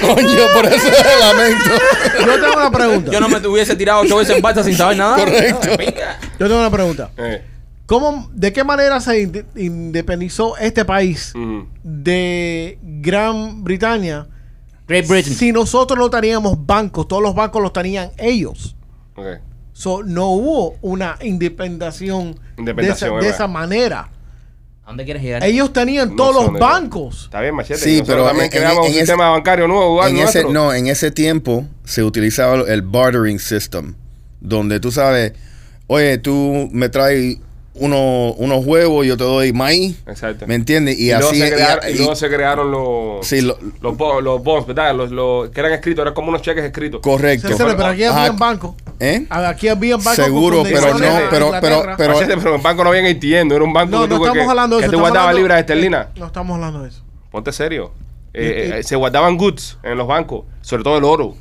S4: Coño, por eso me lamento.
S5: Yo tengo una pregunta.
S3: Yo no me hubiese tirado ocho veces en balsa sin saber nada.
S4: Correcto.
S3: Venga.
S5: Yo tengo una pregunta.
S1: Eh,
S5: ¿Cómo, ¿De qué manera se inde- independizó este país
S1: mm.
S5: de Gran Bretaña
S3: Great Britain.
S5: si nosotros no teníamos bancos? Todos los bancos los tenían ellos.
S1: Ok.
S5: So, no hubo una independación,
S1: Independación,
S5: de,
S1: es
S5: esa, de esa
S1: verdad.
S5: manera.
S3: ¿A dónde quieres llegar?
S5: Ellos tenían
S1: No
S5: todos
S1: sé
S5: los
S1: dónde-
S5: bancos.
S1: Está bien, Machete.
S4: Sí,
S1: Sí, pero
S4: pero
S1: también
S4: en- e-
S1: creamos
S4: en
S1: un
S4: ese-
S1: sistema bancario nuevo. igual
S4: en ese,
S1: nuestro.
S4: no, en ese tiempo se utilizaba el bartering system, donde tú sabes, oye, tú me traes uno- unos huevos, yo te doy maíz,
S1: Exacto.
S4: ¿me entiendes?
S1: Y,
S4: Y,
S1: luego
S4: así...
S1: se
S4: y-
S1: crearon,
S4: y-
S1: y luego se crearon los,
S4: sí, lo-
S1: los, bo- los bonds, ¿verdad? Los, los que eran escritos, eran como unos cheques escritos.
S4: correcto.
S5: César, pero aquí había
S1: Ah,
S4: Ajá.
S5: un Ah, banco.
S4: ¿Eh?
S5: Aquí había un banco.
S4: Seguro,
S5: con
S4: pero
S5: condiciones
S4: no,
S5: de
S4: pero, pero,
S5: Inglaterra.
S4: pero,
S1: Machete, pero el banco no viene entiendo, era un banco
S5: no,
S1: que,
S5: no
S1: tú,
S5: estamos
S1: que,
S5: hablando de
S1: que
S5: eso.
S1: tú
S5: estamos
S1: guardabas
S5: hablando-
S1: libras esterlinas.
S5: No estamos hablando de eso.
S1: Ponte serio. Eh,
S5: Y- y-
S1: eh, se guardaban goods en los bancos, sobre todo el oro,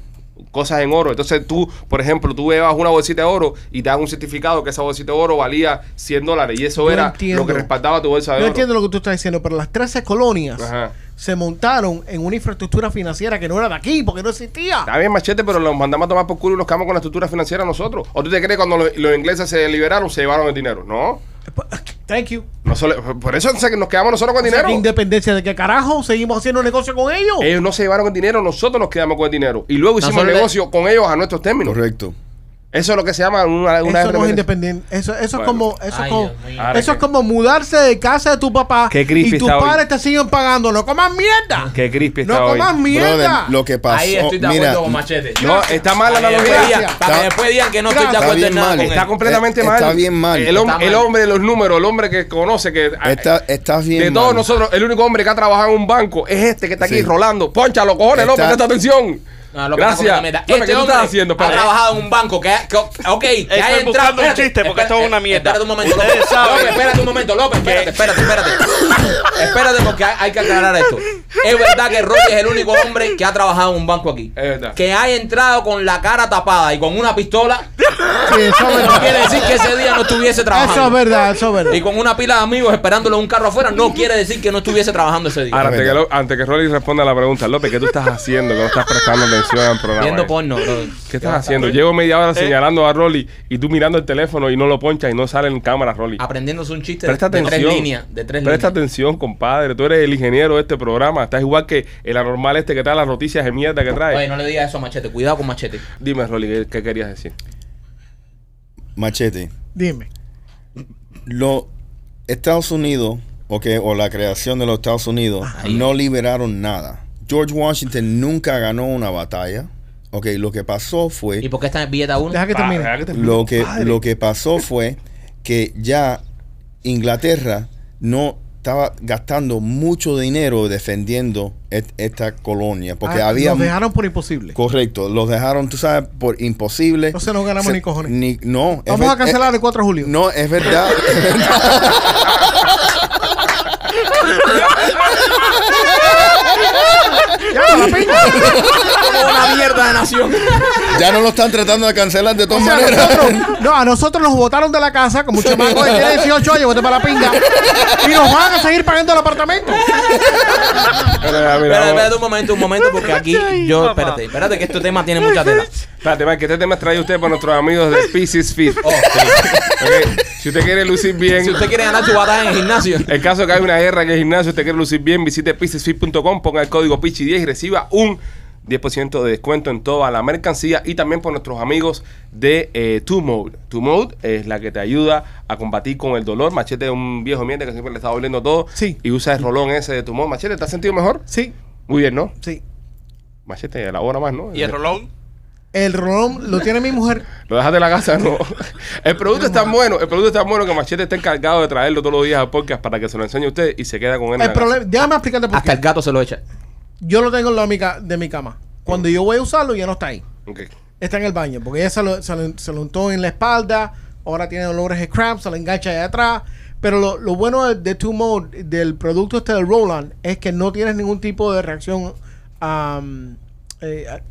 S1: cosas en oro. Entonces tú, por ejemplo, tú llevabas una bolsita de oro y te dan un certificado que esa bolsita de oro valía 100 dólares y eso
S5: Yo
S1: era
S5: entiendo.
S1: lo que respaldaba tu bolsa de
S5: Yo
S1: oro.
S5: entiendo lo que tú estás diciendo, pero las 13 colonias
S1: Ajá.
S5: se montaron en una infraestructura financiera que no era de aquí, porque no existía.
S1: Está bien, machete, pero los mandamos a tomar por culo y los quedamos con la estructura financiera nosotros. ¿O tú te crees que cuando los, los ingleses se liberaron se llevaron el dinero? No.
S5: Thank you.
S1: no solo- por eso se- nos quedamos nosotros con el
S5: O sea,
S1: dinero.
S5: ¿qué independencia de qué carajo seguimos haciendo negocio con ellos.
S1: ellos no se llevaron el dinero, nosotros nos quedamos con el dinero. Y luego hicimos
S3: Nosotros le-
S1: negocio con ellos a nuestros términos.
S4: correcto.
S1: Eso es lo que se llama una, una
S5: eso no es
S1: repente-
S5: independiente. Eso, eso
S1: Bueno.
S5: es como, eso,
S3: Ay,
S5: es como
S3: Dios mío.
S1: Ahora
S5: eso es
S1: que-
S5: como mudarse de casa de tu papá
S1: Qué creepy
S5: y tus
S1: está hoy.
S5: padres te siguen pagando. No comas mierda.
S1: Qué crispy está
S5: no
S1: hoy.
S5: comas
S4: Brother,
S5: mierda.
S4: lo que pasó,
S3: Ahí estoy de
S4: mira,
S3: acuerdo con Machete.
S1: No, está mal la
S3: Para que
S1: analogía.
S3: después digan- para que
S4: Está-
S3: después digan que no estoy de
S5: está
S3: acuerdo en
S4: bien
S3: nada
S4: mal.
S3: con él.
S1: Está completamente
S4: Está
S1: mal.
S4: bien mal.
S1: El, hom-
S3: Está mal.
S1: el hombre de los números, el hombre que conoce que.
S4: Está- estás bien
S1: De todos
S4: mal.
S1: nosotros, el único hombre que ha trabajado en un banco es este que está aquí
S4: Sí.
S1: Rolando. Poncha, lo cojones,
S4: Está-
S1: López, presta atención.
S3: No, López, está
S1: Gracias.
S3: comiendo mierda. Este
S1: López, ¿qué tú estás haciendo?
S3: ha
S1: Espérate.
S3: trabajado en un banco que, que ok, que
S6: Estoy
S3: ha entrado.
S6: buscando un chiste, porque esto es una mierda.
S3: Espérate un momento,
S6: Ustedes
S3: López.
S6: saben.
S3: López, espérate un momento, López. Espérate, espérate, espérate. espérate porque hay, hay que aclarar esto. Es verdad que Rocky es el único hombre que ha trabajado en un banco aquí.
S1: Es verdad.
S3: Que ha entrado con la cara tapada y con una pistola.
S5: Sí, eso es
S3: No quiere
S5: verdad.
S3: decir que ese día no estuviese
S5: Eso es
S3: trabajando.
S5: verdad, eso es verdad.
S3: Y con una pila de amigos esperándolo en un carro afuera, no quiere decir que no estuviese trabajando ese día.
S1: Ahora, antes que,
S4: verdad.
S1: Lo- antes que Rolly responda a la pregunta, López, ¿qué tú estás haciendo? Que no estás prestando atención al programa.
S3: Viendo
S1: eh?
S3: porno, brother.
S1: ¿Qué estás haciendo? Llevo media hora
S6: Eh.
S1: señalando a Rolly y tú mirando el teléfono y no lo ponchas y no sale en cámara, Rolly.
S3: Aprendiéndose un chiste Ah, de,
S1: Presta
S3: de
S1: atención.
S3: tres líneas. De tres
S1: Presta
S3: líneas.
S1: atención, compadre. Tú eres el ingeniero de este programa. Estás igual que el anormal este que trae las noticias de mierda que trae.
S3: Oye, no le digas eso a Machete. Cuidado con Machete.
S1: Dime, Rolly, ¿qué, qué querías decir?
S4: Machete.
S5: Dime.
S4: Lo, Estados Unidos, ok, o la creación de los Estados Unidos, no liberaron nada. George Washington nunca ganó una batalla. Ok, lo que pasó fue...
S3: ¿Y por qué está en billeta uno?
S5: Deja que
S1: Pa-
S5: termine.
S1: deja que te-
S4: lo que,
S1: Padre.
S4: lo que pasó fue que ya Inglaterra no estaba gastando mucho dinero defendiendo et- esta colonia. Porque
S5: Ah,
S4: había.
S5: Nos dejaron por imposible.
S4: Correcto, los dejaron, tú sabes, por imposible.
S5: Entonces no ganamos ni cojones.
S4: ni- no, es
S5: Vamos
S4: ver-
S5: a cancelar el 4 de
S4: eh,
S5: julio.
S4: no, es verdad. es verdad.
S3: una mierda de nación.
S4: ya no lo están tratando de cancelar de
S5: O
S4: todas
S5: sea,
S4: maneras.
S5: nosotros- no, a nosotros nos botaron de la casa como un chamaco que tiene 18 años, vete para la pinga. Y nos van a seguir pagando el apartamento.
S1: Espérate, mira,
S3: Espérate,
S1: vamos.
S3: espérate un momento, un momento, porque aquí yo. Espérate, espérate, que este tema tiene mucha tela.
S1: Espérate, Mike, que este tema trae usted para nuestros amigos de Pieces Fit.
S3: Oh, sí.
S1: Ok, Si usted quiere lucir bien,
S3: Si usted quiere ganar su batalla en el gimnasio,
S1: el caso que hay una guerra en el gimnasio, usted quiere lucir bien, visite piecesfit.com, ponga el código PICHI10 y reciba un 10% de descuento en toda la mercancía y también por nuestros amigos de eh, Two Mode. Two Mode es la que te ayuda a combatir con el dolor. Machete es un viejo mierda que siempre le está doliendo todo
S5: Sí.
S1: y usa el rolón ese de Two Mode. Machete, ¿te has sentido mejor?
S5: Sí,
S1: Muy bien, ¿no?
S5: sí.
S1: Machete, elabora más, ¿no?
S6: ¿Y el rolón?
S5: El rolón lo tiene mi mujer.
S1: Lo dejaste en la casa, no. El producto es tan bueno, el producto es tan bueno que Machete está encargado de traerlo todos los días al podcast para que se lo enseñe a usted y se queda con él. en
S5: El
S1: la casa.
S5: problema, déjame explicarte por
S3: hasta
S5: qué.
S3: el gato se lo echa.
S5: Yo lo tengo en la mica de mi cama. Cuando yo voy a usarlo, ya no está ahí.
S1: Ok.
S5: Está en el baño, porque ella se lo, se lo- se lo untó en la espalda, ahora tiene dolores de cramps, se lo engancha allá atrás. Pero lo, lo bueno de, de Two Mode, del producto este de Roland, es que no tienes ningún tipo de reacción, am, eh, a-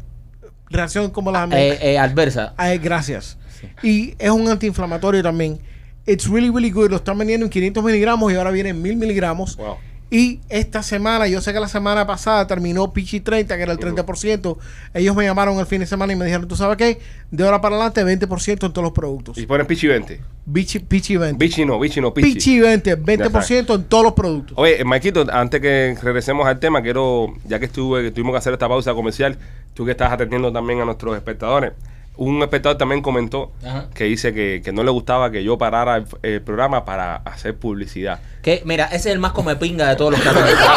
S5: reacción como las
S3: Eh, eh, adversa.
S5: Ay, gracias. Y es un antiinflamatorio también. It's really, really good. Lo están vendiendo en 500 miligramos y ahora viene en 1000 miligramos.
S1: Wow.
S5: Y esta semana, yo sé que la semana pasada terminó Pichi 30, que era el 30%. Ellos me llamaron el fin de semana y me dijeron, ¿tú sabes qué? De ahora para adelante, 20% en todos los productos.
S1: Y ponen Pichi 20.
S5: Pichi, Pichi 20.
S1: Pichi no, Pichi no, Pichi.
S5: Pichi 20, 20% en todos los productos.
S1: Oye, eh, Maikito, antes que regresemos al tema, quiero, ya que estuve, que tuvimos que hacer esta pausa comercial, tú que estás atendiendo también a nuestros espectadores. Un espectador también comentó
S3: Ajá.
S1: que dice que, que no le gustaba que yo parara el, el programa para hacer publicidad.
S3: Que, mira, ese es el más comepinga de todos los que han comentado.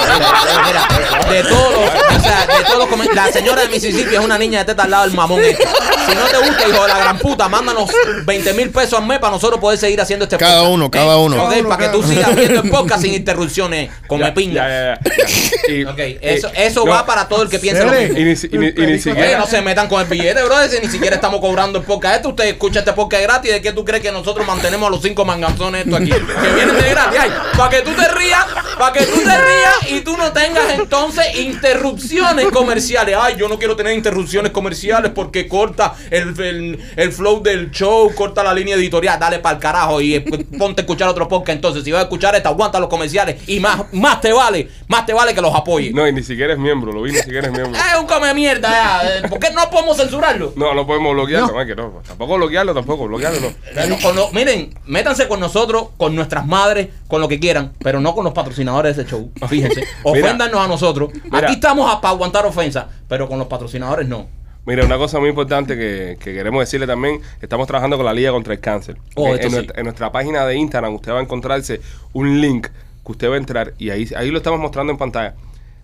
S3: Mira, mira, de todos los, o sea, de todos los comen- La señora de Mississippi es una niña de teta al lado del mamón. este. Si no te gusta, hijo de la gran puta, mándanos 20 mil pesos al mes para nosotros poder seguir haciendo este
S4: Cada uno, cada uno.
S3: Ok,
S5: Cada uno,
S3: para que
S5: cada
S3: tú
S5: uno.
S3: sigas haciendo el podcast sin interrupciones,
S1: Ya,
S3: comepinga.
S1: ya, ya, ya. Y-
S3: Ok, eso,
S1: eh,
S3: eso
S1: no,
S3: va para todo el que piense lo
S5: Sere.
S3: mismo.
S1: Y ni, si- y ni- y ni
S3: Oye,
S1: siquiera.
S3: no se metan con el billete, bro. Si ni siquiera estamos cobrando el podcast este. Usted escucha este podcast gratis. ¿De qué tú crees que nosotros mantenemos a los cinco manganzones estos aquí? Que vienen de gratis. Para que tú te rías, para que tú te rías y tú no tengas entonces interrupciones comerciales. Ay, yo no quiero tener interrupciones comerciales porque corta el, el- el flow del show, corta la línea editorial. Dale para el carajo y eh, ponte a escuchar otro podcast. Entonces, si vas a escuchar esta, aguanta los comerciales y más, más te vale, más te vale que los apoyes.
S1: No, y ni siquiera es miembro, lo vi, ni siquiera es miembro.
S3: Ah, Es un come mierda, ya. Eh, ¿Por qué no podemos censurarlo?
S1: No, no podemos bloquearlo, Mike, no. Tampoco bloquearlo, tampoco, bloquearlo no.
S3: Eh, no, con lo- miren, métanse con nosotros, con nuestras madres, con lo que quieran, pero no con los patrocinadores de ese show. Fíjense, oféndanos a nosotros.
S1: mira.
S3: Aquí estamos para aguantar ofensas, pero con los patrocinadores no.
S1: Mira, una cosa muy importante que, que queremos decirle también, estamos trabajando con la Liga contra el Cáncer.
S3: Oh,
S1: Eh,
S3: esto
S1: en,
S3: sí.
S1: nuestra, en nuestra página de Instagram usted va a encontrarse un link que usted va a entrar y ahí, ahí lo estamos mostrando en pantalla.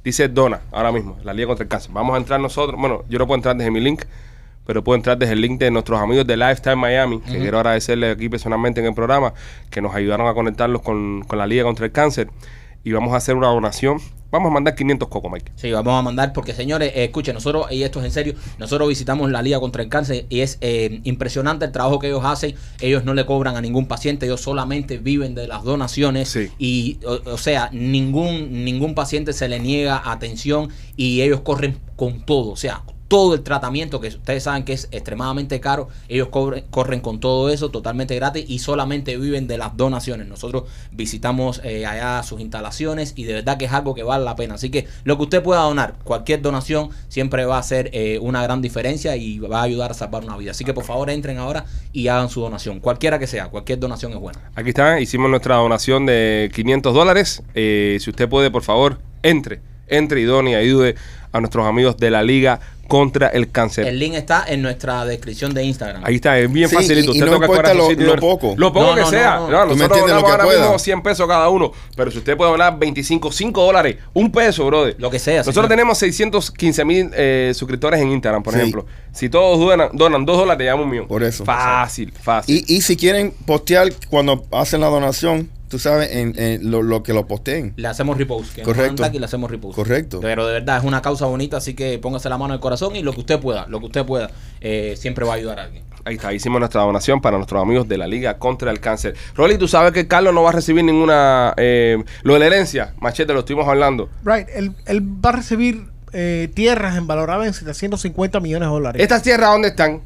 S1: Dice Dona, ahora mismo, la Liga contra el Cáncer. Vamos a entrar nosotros, bueno, yo no puedo entrar desde mi link, pero puedo entrar desde el link de nuestros amigos de Lifestyle Miami, que quiero agradecerle aquí personalmente en el programa, que nos ayudaron a conectarlos con, con la Liga contra el Cáncer. Y vamos a hacer una donación. Vamos a mandar 500 cocos, Mike.
S3: Sí, vamos a mandar, porque señores, eh, escuchen, nosotros, y esto es en serio, nosotros visitamos la Liga contra el Cáncer y es eh, impresionante el trabajo que ellos hacen. Ellos no le cobran a ningún paciente, ellos solamente viven de las donaciones.
S1: Sí.
S3: Y, o, o sea, ningún, ningún paciente se le niega atención y ellos corren con todo. O sea, todo el tratamiento que ustedes saben que es extremadamente caro, ellos cobre- corren con todo eso totalmente gratis y solamente viven de las donaciones. Nosotros visitamos eh, allá sus instalaciones y de verdad que es algo que vale la pena. Así que lo que usted pueda donar, cualquier donación siempre va a ser eh, una gran diferencia y va a ayudar a salvar una vida. Así que por favor entren ahora y hagan su donación, cualquiera que sea, cualquier donación es buena.
S1: Aquí está, hicimos nuestra donación de 500 dólares. Eh, si usted puede, por favor, entre, entre y done y ayude a nuestros amigos de la Liga contra el Cáncer.
S3: El link está en nuestra descripción de Instagram.
S1: Ahí está, es bien
S4: Sí,
S1: facilito.
S4: y- y no
S1: toca
S4: importa
S1: cuadrar su
S4: lo-
S1: sitio y
S4: lo
S1: donar.
S4: poco.
S1: Lo poco
S3: No,
S1: que
S3: no,
S1: sea.
S3: no, no.
S1: No,
S4: Tú me
S1: nosotros
S4: entiendes lo
S1: donamos
S4: que
S1: ahora mismo
S4: pueda.
S1: 100 pesos cada uno. Pero si usted puede donar 25, 5 dólares, un peso, brother.
S3: Lo que sea,
S1: Nosotros
S3: señor.
S1: tenemos 615 mil eh, suscriptores en Instagram, por
S4: Sí.
S1: ejemplo. Si todos donan, donan 2 dólares, te llamo un millón.
S4: Por eso.
S1: Fácil, fácil.
S4: Y, y si quieren postear cuando hacen la donación, tú sabes, en, en lo, lo que lo posteen.
S3: Le hacemos repost. Que
S4: Correcto.
S3: Correcto. Y le hacemos repost.
S4: Correcto.
S3: Pero de verdad es una causa bonita, así que póngase la mano en el corazón y lo que usted pueda, lo que usted pueda, eh, siempre va a ayudar a alguien.
S1: Ahí está, hicimos nuestra donación para nuestros amigos de la Liga contra el Cáncer. Rolly, tú sabes que Carlos no va a recibir ninguna. eh, lo de la herencia, machete, lo estuvimos hablando.
S5: Right, él, él va a recibir eh, tierras en valoradas en 750 millones de dólares.
S1: ¿Estas tierras dónde están?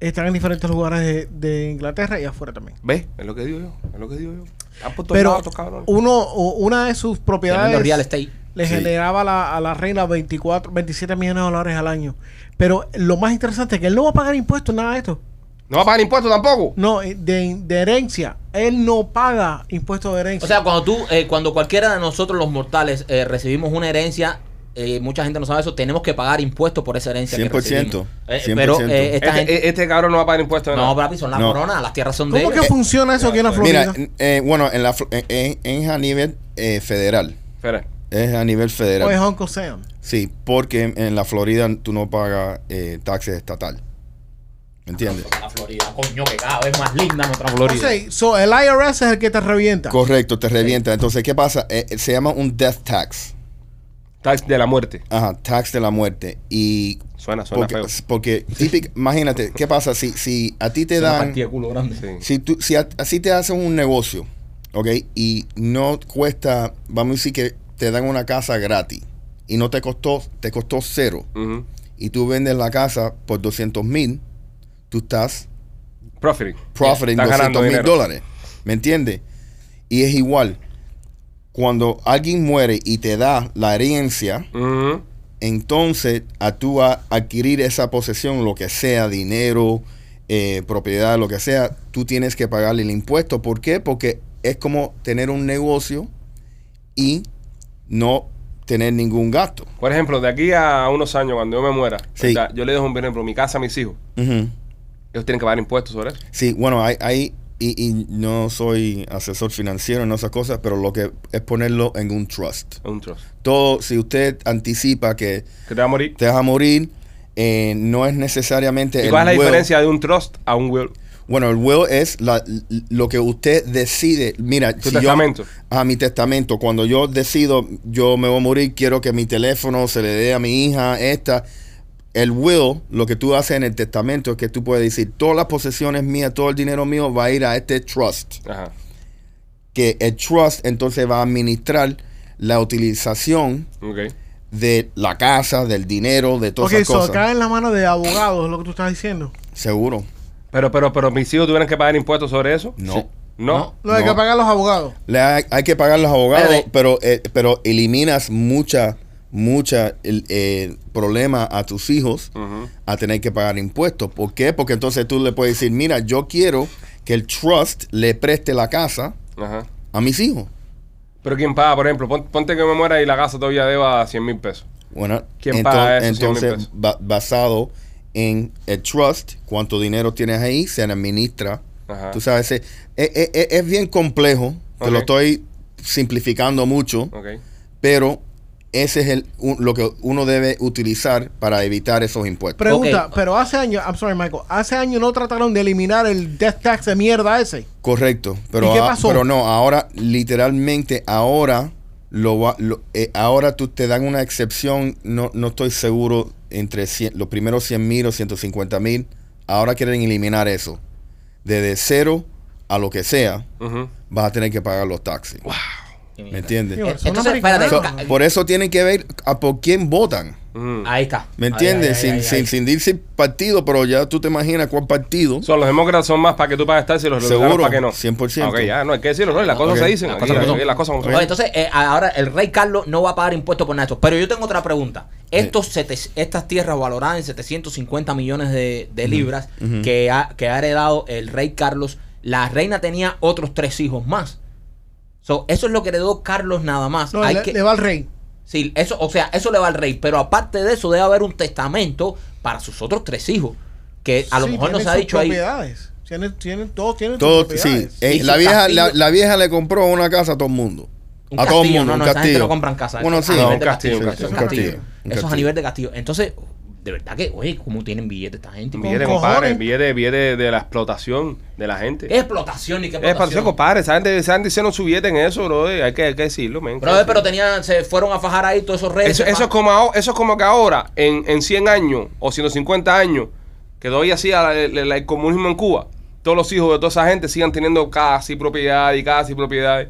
S5: Están en diferentes lugares de, de Inglaterra y afuera también.
S1: ¿Ves? Es lo que digo yo. Es lo que digo yo. Están por todos lados
S5: Pero
S1: estos cabrones.
S5: uno, o- una de sus
S3: Tremendo
S5: propiedades
S3: real estate.
S5: le
S4: Sí.
S5: generaba a la, a la reina 24, 27 millones de dólares al año. Pero lo más interesante es que él no va a pagar impuestos, nada de esto.
S1: ¿No va a pagar impuestos tampoco?
S5: No, eh, de, de herencia. Él no paga impuestos de herencia.
S3: O sea, cuando tú, eh, cuando cualquiera de nosotros los mortales eh, recibimos una herencia, eh, mucha gente no sabe eso, tenemos que pagar impuestos por esa herencia.
S4: 100%,
S3: 100%. pero eh, esta
S1: Este,
S3: gente...
S1: e- este cabrón no va a pagar impuestos.
S3: no,
S1: ¿verdad?
S3: papi, son las
S4: No.
S3: moronas, las tierras son de
S5: ¿Cómo que
S3: ellos.
S5: funciona eso aquí en la Florida?
S4: Mira, eh, bueno, en, la, fl- en, en- a nivel eh, federal.
S1: Espera.
S4: Es a nivel
S5: o es
S4: federal.
S5: Pues Uncle Sam.
S4: Sí, porque en, en la Florida tú no pagas eh, taxes estatal. ¿Me entiendes?
S3: La Florida, coño, que cada vez más linda nuestra
S5: O
S3: Florida.
S5: sea, so, el IRS es el que te revienta.
S4: Correcto, te revienta. Entonces, ¿qué pasa? Eh, eh, se llama un death tax.
S1: Tax de la muerte.
S4: Ajá, tax de la muerte. Y
S1: Suena, suena
S4: porque,
S1: feo.
S4: porque típica- imagínate, ¿qué pasa? Si, si a ti te
S3: Es una
S4: dan...
S3: partida de culo grande.
S1: Sí.
S4: Si, tú, si a- así te hacen un negocio, ¿ok? Y no cuesta, vamos a decir que te dan una casa gratis y no te costó, te costó cero
S1: Ujú.
S4: y tú vendes la casa por 200 mil, tú estás
S1: Profiting.
S4: profiting
S1: Estás ganando
S4: 200 mil
S1: dinero.
S4: dólares, ¿me entiendes? Y es igual, cuando alguien muere y te da la herencia,
S1: Ujú.
S4: entonces a tú a adquirir esa posesión, lo que sea, dinero, eh, propiedad, lo que sea, tú tienes que pagarle el impuesto. ¿Por qué? Porque es como tener un negocio y no tener ningún gasto.
S1: Por ejemplo, de aquí a unos años, cuando yo me muera,
S4: Sí.
S1: ¿verdad? yo le dejo un por ejemplo, mi casa a mis hijos.
S4: Ujú.
S1: Ellos tienen que pagar impuestos sobre eso.
S4: Sí, bueno, hay, hay- y, y no soy asesor financiero en esas cosas, pero lo que es ponerlo en un trust.
S1: Es un trozo.
S4: Todo, si usted anticipa que
S1: Que te va a morir.
S4: te vas a morir, eh, no es necesariamente
S1: ¿Y cuál es la
S4: will.
S1: diferencia de un trust a un will?
S4: Bueno, el will es la- lo que usted decide. Mira,
S1: Tu
S4: si yo-
S1: testamento.
S4: a mi testamento. Cuando yo decido, yo me voy a morir, quiero que mi teléfono se le dé a mi hija, esta. El will, lo que tú haces en el testamento es que tú puedes decir, todas las posesiones mías, todo el dinero mío va a ir a este trust.
S1: Ajá.
S4: Que el trust entonces va a administrar la utilización
S1: Ok.
S4: de la casa, del dinero, de todas
S5: ok,
S4: esas
S5: eso
S4: cosas.
S5: cae en la mano de abogados, es lo que tú estás diciendo.
S4: Seguro.
S1: Pero, pero, pero mis hijos tuvieran que pagar impuestos sobre eso.
S4: No.
S1: Sí. No.
S5: Lo hay
S4: No.
S5: que pagar los abogados.
S4: Le hay, hay que pagar los abogados,
S3: Espérate.
S4: pero eh, pero eliminas mucha mucha el, eh, problema a tus hijos
S1: Ujú.
S4: a tener que pagar impuestos. ¿Por qué? Porque entonces tú le puedes decir, mira, yo quiero que el trust le preste la casa
S1: Ajá.
S4: a mis hijos.
S1: Pero quién paga, por ejemplo, pon- ponte que me muera y la casa todavía deba 100 mil pesos.
S4: Bueno,
S1: ¿Quién
S4: ento-
S1: paga esos 100 mil
S4: entonces
S1: pesos?
S4: ba- basado en el trust, cuánto dinero tienes ahí, se administra.
S1: Ajá.
S4: Tú sabes, es, es- es- es bien complejo, te lo
S1: Ah. Ok.
S4: estoy simplificando mucho.
S1: Ok.
S4: pero ese es el, un- lo que uno debe utilizar para evitar esos impuestos.
S5: Pregunta,
S3: Ok.
S5: pero hace años, I'm sorry Michael, hace años no trataron de eliminar el death tax de mierda ese.
S4: Correcto, pero,
S5: ¿Y qué
S4: a-
S5: pasó?
S4: pero no, ahora literalmente ahora lo, va- lo- eh, ahora tú te dan una excepción, no, no estoy seguro entre cien- los primeros 100 mil o 150 mil, ahora quieren eliminar eso. Desde cero a lo que sea,
S1: Ujú.
S4: vas a tener que pagar los taxes. ¿Me entiendes?
S5: Digo, son
S3: Eh, Entonces,
S5: americanos.
S3: espérate,
S4: So, pues,
S3: ca-
S4: por eso tienen que ver a por quién votan.
S1: Ujú.
S3: Ahí está.
S4: ¿Me
S3: Ahí, ahí,
S4: entiendes?
S3: ahí,
S4: Sin,
S3: ahí,
S4: sin,
S3: ahí.
S4: sin decir partido, pero ya tú te imaginas cuál partido.
S1: Son los demócratas son más para que tú pagues taxes y los
S4: Seguro,
S1: republicanos para que no.
S4: 100%.
S1: Ok, ya, no hay que decirlo, ¿no? Y las cosas
S4: Ok.
S1: se dicen.
S3: Las
S1: aquí,
S3: cosas como son.
S1: aquí las cosas como son.
S3: Oye, entonces, eh, ahora el rey Carlos no va a pagar impuestos por nada de eso. Pero yo tengo otra pregunta. Estos sete- estas tierras valoradas en 750 millones de, de libras que, ha, que ha heredado el rey Carlos, la reina tenía otros tres hijos más. So, eso es lo que heredó Carlos nada más.
S5: No,
S3: Hay
S5: le,
S3: que-
S5: le va al rey.
S3: Sí, eso, o sea, eso le va al rey. Pero aparte de eso, debe haber un testamento para sus otros tres hijos. Que a lo
S5: Sí,
S3: mejor no
S5: tienen
S3: se ha
S5: sus
S3: dicho ahí.
S5: propiedades. Tienen, tienen, todos tienen sus
S4: Todo, sí.
S5: propiedades.
S4: Eh,
S3: Y
S4: la,
S3: su
S4: vieja,
S3: castillo.
S4: la, la vieja le compró una casa a todo el mundo.
S3: Un
S4: a todo el
S3: castillo,
S4: mundo,
S3: no, no,
S4: un
S3: esa gente
S4: castillo.
S3: no compran casas,
S4: Bueno,
S3: eso es
S4: sí.
S3: a
S1: No,
S3: nivel
S1: un
S3: de
S1: castillo, un
S4: Sí,
S1: castillo.
S4: un
S3: Eso es a nivel-
S4: castillo, un
S3: Eso es a
S4: castillo.
S3: nivel de castillo. Entonces, de verdad que, oye, ¿cómo tienen billetes esta gente?
S1: Viene,
S5: Con
S1: compadre,
S5: cojones.
S1: viene, viene de la explotación de la gente.
S3: ¿Qué explotación y qué
S1: Es Eh, para
S3: explotación?
S1: eso, compadre. Esa gente, esa gente hicieron su billete en eso, bro. Hay que, hay que decirlo, men.
S3: Brother, pero tenían, se fueron a fajar ahí todos esos reyes.
S1: eso, eso
S3: hermano.
S1: es como, aho- eso es como que ahora, en, en 100 años o 150 años, que todavía siga la- la- la- el comunismo en Cuba, todos los hijos de toda esa gente sigan teniendo casi propiedad y casi propiedad.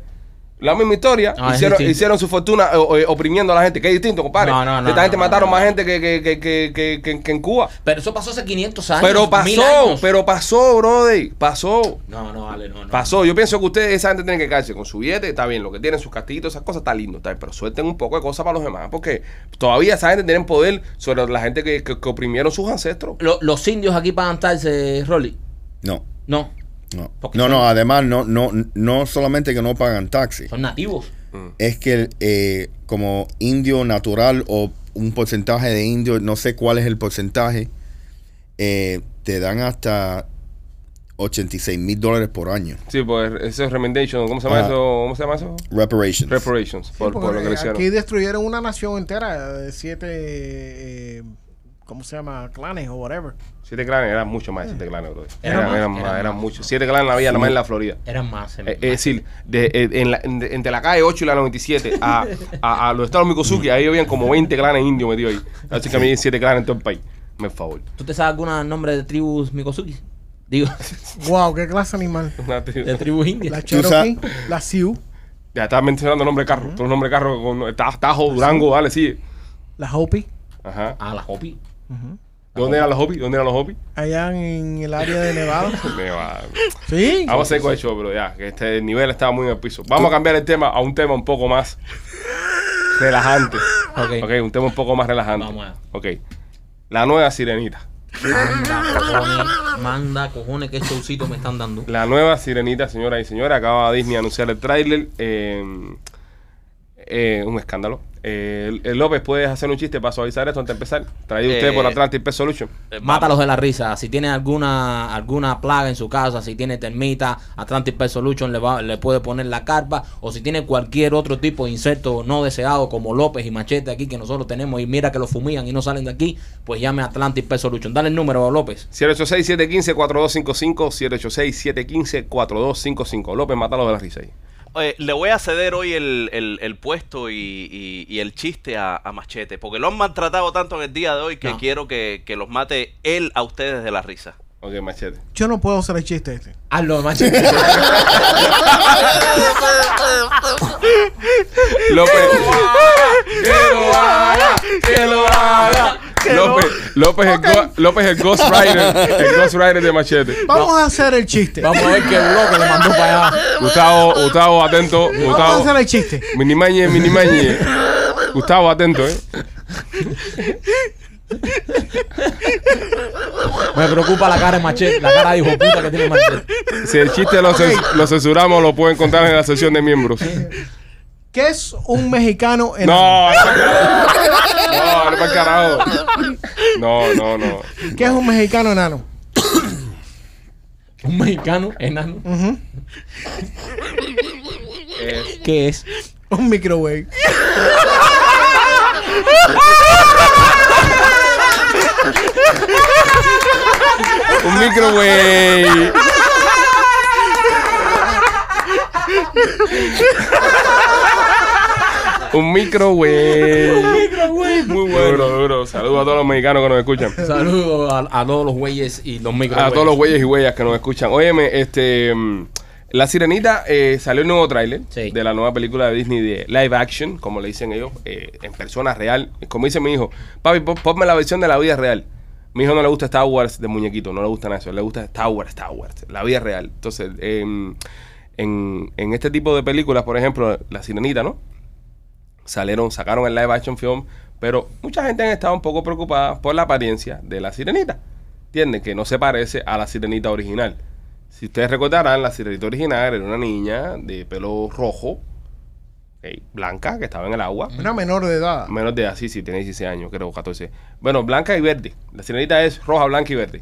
S1: La misma historia,
S3: Ah, es
S1: hicieron,
S3: distinto.
S1: hicieron su fortuna eh, eh, oprimiendo a la gente, que es distinto, compadre.
S3: No, no, no,
S1: Esta gente
S3: no, no,
S1: mataron
S3: no,
S1: más
S3: no.
S1: gente que, que, que, que, que, que- que en Cuba.
S3: Pero eso pasó hace 500 años.
S1: pero
S3: 1000
S1: pasó,
S3: años.
S1: pero pasó, brother, pasó.
S3: No, no, vale, no, no.
S1: Pasó, yo pienso que ustedes, esa gente tiene que quedarse con su billete, está bien, lo que tienen, sus castillitos, esas cosas, está lindo, está bien, pero suelten un poco de cosas para los demás, porque todavía esa gente tienen poder sobre la gente que, que- que oprimieron sus ancestros.
S3: Lo- los indios aquí pagan taxes, Rolly.
S4: No,
S3: No,
S4: no.
S3: Porque
S4: No,
S3: son-
S4: no, además, no, no, no solamente que no pagan taxi,
S3: son nativos.
S4: es que eh, como indio natural o un porcentaje de indio, no sé cuál es el porcentaje, eh, te dan hasta 86 mil dólares por año.
S1: Sí, pues eso es remendation, ¿cómo se llama
S4: Ajá.
S1: eso? ¿Cómo se llama eso?
S4: Reparations.
S1: Reparations,
S5: Sí,
S1: por, por
S5: porque
S1: lo que le hicieron.
S5: Aquí destruyeron una nación entera de siete eh, ¿cómo se llama? Clanes o whatever.
S1: Siete clanes, eran mucho más de siete clanes, brother.
S3: Eran
S1: Eran,
S3: más,
S1: eran
S3: eran
S1: más, eran
S3: más.
S1: muchos. Siete clanes en la vida, nada más en la Florida.
S3: Eran más. en
S1: Eh,
S3: verdad.
S1: Es decir, de, eh, en la- en- entre la calle 8 y la 97 a, a, a los estados Mikosuki, ahí habían como 20 clanes indios metidos ahí. Así que a mí hay 7 clanes en todo el país. Me favor.
S3: ¿Tú te sabes algún nombre de tribus Mikosuki? Digo,
S5: Wow, qué clase animal.
S1: Una tri-
S3: de tribus
S5: La
S3: indias.
S5: Cherokee, la Sioux,
S1: Ya estaba mencionando nombre de carro. Todos los nombres de carro. Con, Ta- Tajo, Durango, dale, sigue.
S5: la Hopi,
S1: Ajá.
S3: Ah, la Hopi.
S1: ¿Dónde eran los hobbies? ¿Dónde eran los hobbies?
S5: allá en el área de Nevada.
S1: Me va-
S5: Sí.
S1: Vamos a hacer con el show, pero ya, que este nivel estaba muy en el piso. Vamos a cambiar el tema a un tema un poco más relajante.
S3: Ok.
S1: Ok, un tema un poco más relajante.
S3: Vamos allá.
S1: Ok. La nueva sirenita.
S3: Manda cojones, manda cojones, qué showcito me están dando.
S1: La nueva Sirenita, señoras y señores, acaba Disney de anunciar el tráiler. eh, eh, un escándalo. Eh, eh, López, ¿puedes hacer un chiste para suavizar esto antes de empezar? Traído usted
S6: Eh,
S1: por Atlantic Pest Solution.
S6: Eh,
S3: Mátalos de la risa. Si tiene alguna alguna plaga en su casa, si tiene termita, Atlantic Pest Solution le, va- le puede poner la carpa. O si tiene cualquier otro tipo de insecto no deseado, como López y Machete aquí que nosotros tenemos, y mira que lo fumigan y no salen de aquí, pues llame a Atlantic Pest Solution. Dale el número, López.
S1: 786-715-4255, 786-715-4255. López, mátalo de la risa ahí.
S6: Oye, eh, le voy a ceder hoy el, el- el puesto y, y- y el chiste a, a Machete, porque lo han maltratado tanto en el día de hoy que
S3: No.
S6: quiero que, que los mate él a ustedes de la risa.
S1: Ok, machete.
S5: Yo no puedo hacer el chiste este.
S3: Hazlo, Machete.
S1: López. que lo haga, que lo haga. López, López, el go- López el Ghost Rider, el Ghost Rider de Machete.
S5: Vamos a hacer el chiste. Vamos,
S3: Vamos a ver qué bloque le mandó para allá.
S1: Gustavo, Gustavo, atento.
S5: a
S1: Gustavo.
S5: hacer el chiste.
S1: Minimañe, minimañe. Gustavo, atento, ¿eh?
S3: Me preocupa la cara de Machete, la cara de hijo puta que tiene Machete.
S1: Si el chiste lo, cens- lo censuramos, lo pueden encontrar en la sección de miembros.
S5: ¿Qué es un mexicano en
S1: No, no, no, no, pa'l carajo. No, no, no.
S5: ¿Qué es un mexicano enano?
S3: Un mexicano, enano.
S5: Ujú.
S1: Es-
S3: ¿Qué es?
S5: Un microwave.
S1: un microwave. Un microwave. Muy bueno, duro. Saludos a todos los mexicanos que nos escuchan.
S3: Saludos a, a todos los güeyes y los micro.
S1: A todos los güeyes y güeyas que nos escuchan. Óyeme, este. mm, La Sirenita eh, salió el nuevo tráiler
S3: Sí.
S1: de la nueva película de Disney de live action, como le dicen ellos, eh, en persona real. Como dice mi hijo, papi, pon- ponme la versión de la vida real. Mi hijo no le gusta Star Wars de muñequito, no le gusta nada de eso, le gusta Star Wars, Star Wars, la vida real. Entonces, eh, en, en este tipo de películas, por ejemplo, La Sirenita, ¿no? salieron, sacaron el live action film, pero mucha gente ha estado un poco preocupada por la apariencia de la sirenita. ¿Entienden? Que no se parece a la sirenita original. Si ustedes recordarán, la sirenita original era una niña de pelo rojo, eh, blanca, que estaba en el agua.
S5: Una menor de edad.
S1: Menos de así, si tiene 16 años, creo, 14. Bueno, blanca y verde. La sirenita es roja, blanca y verde.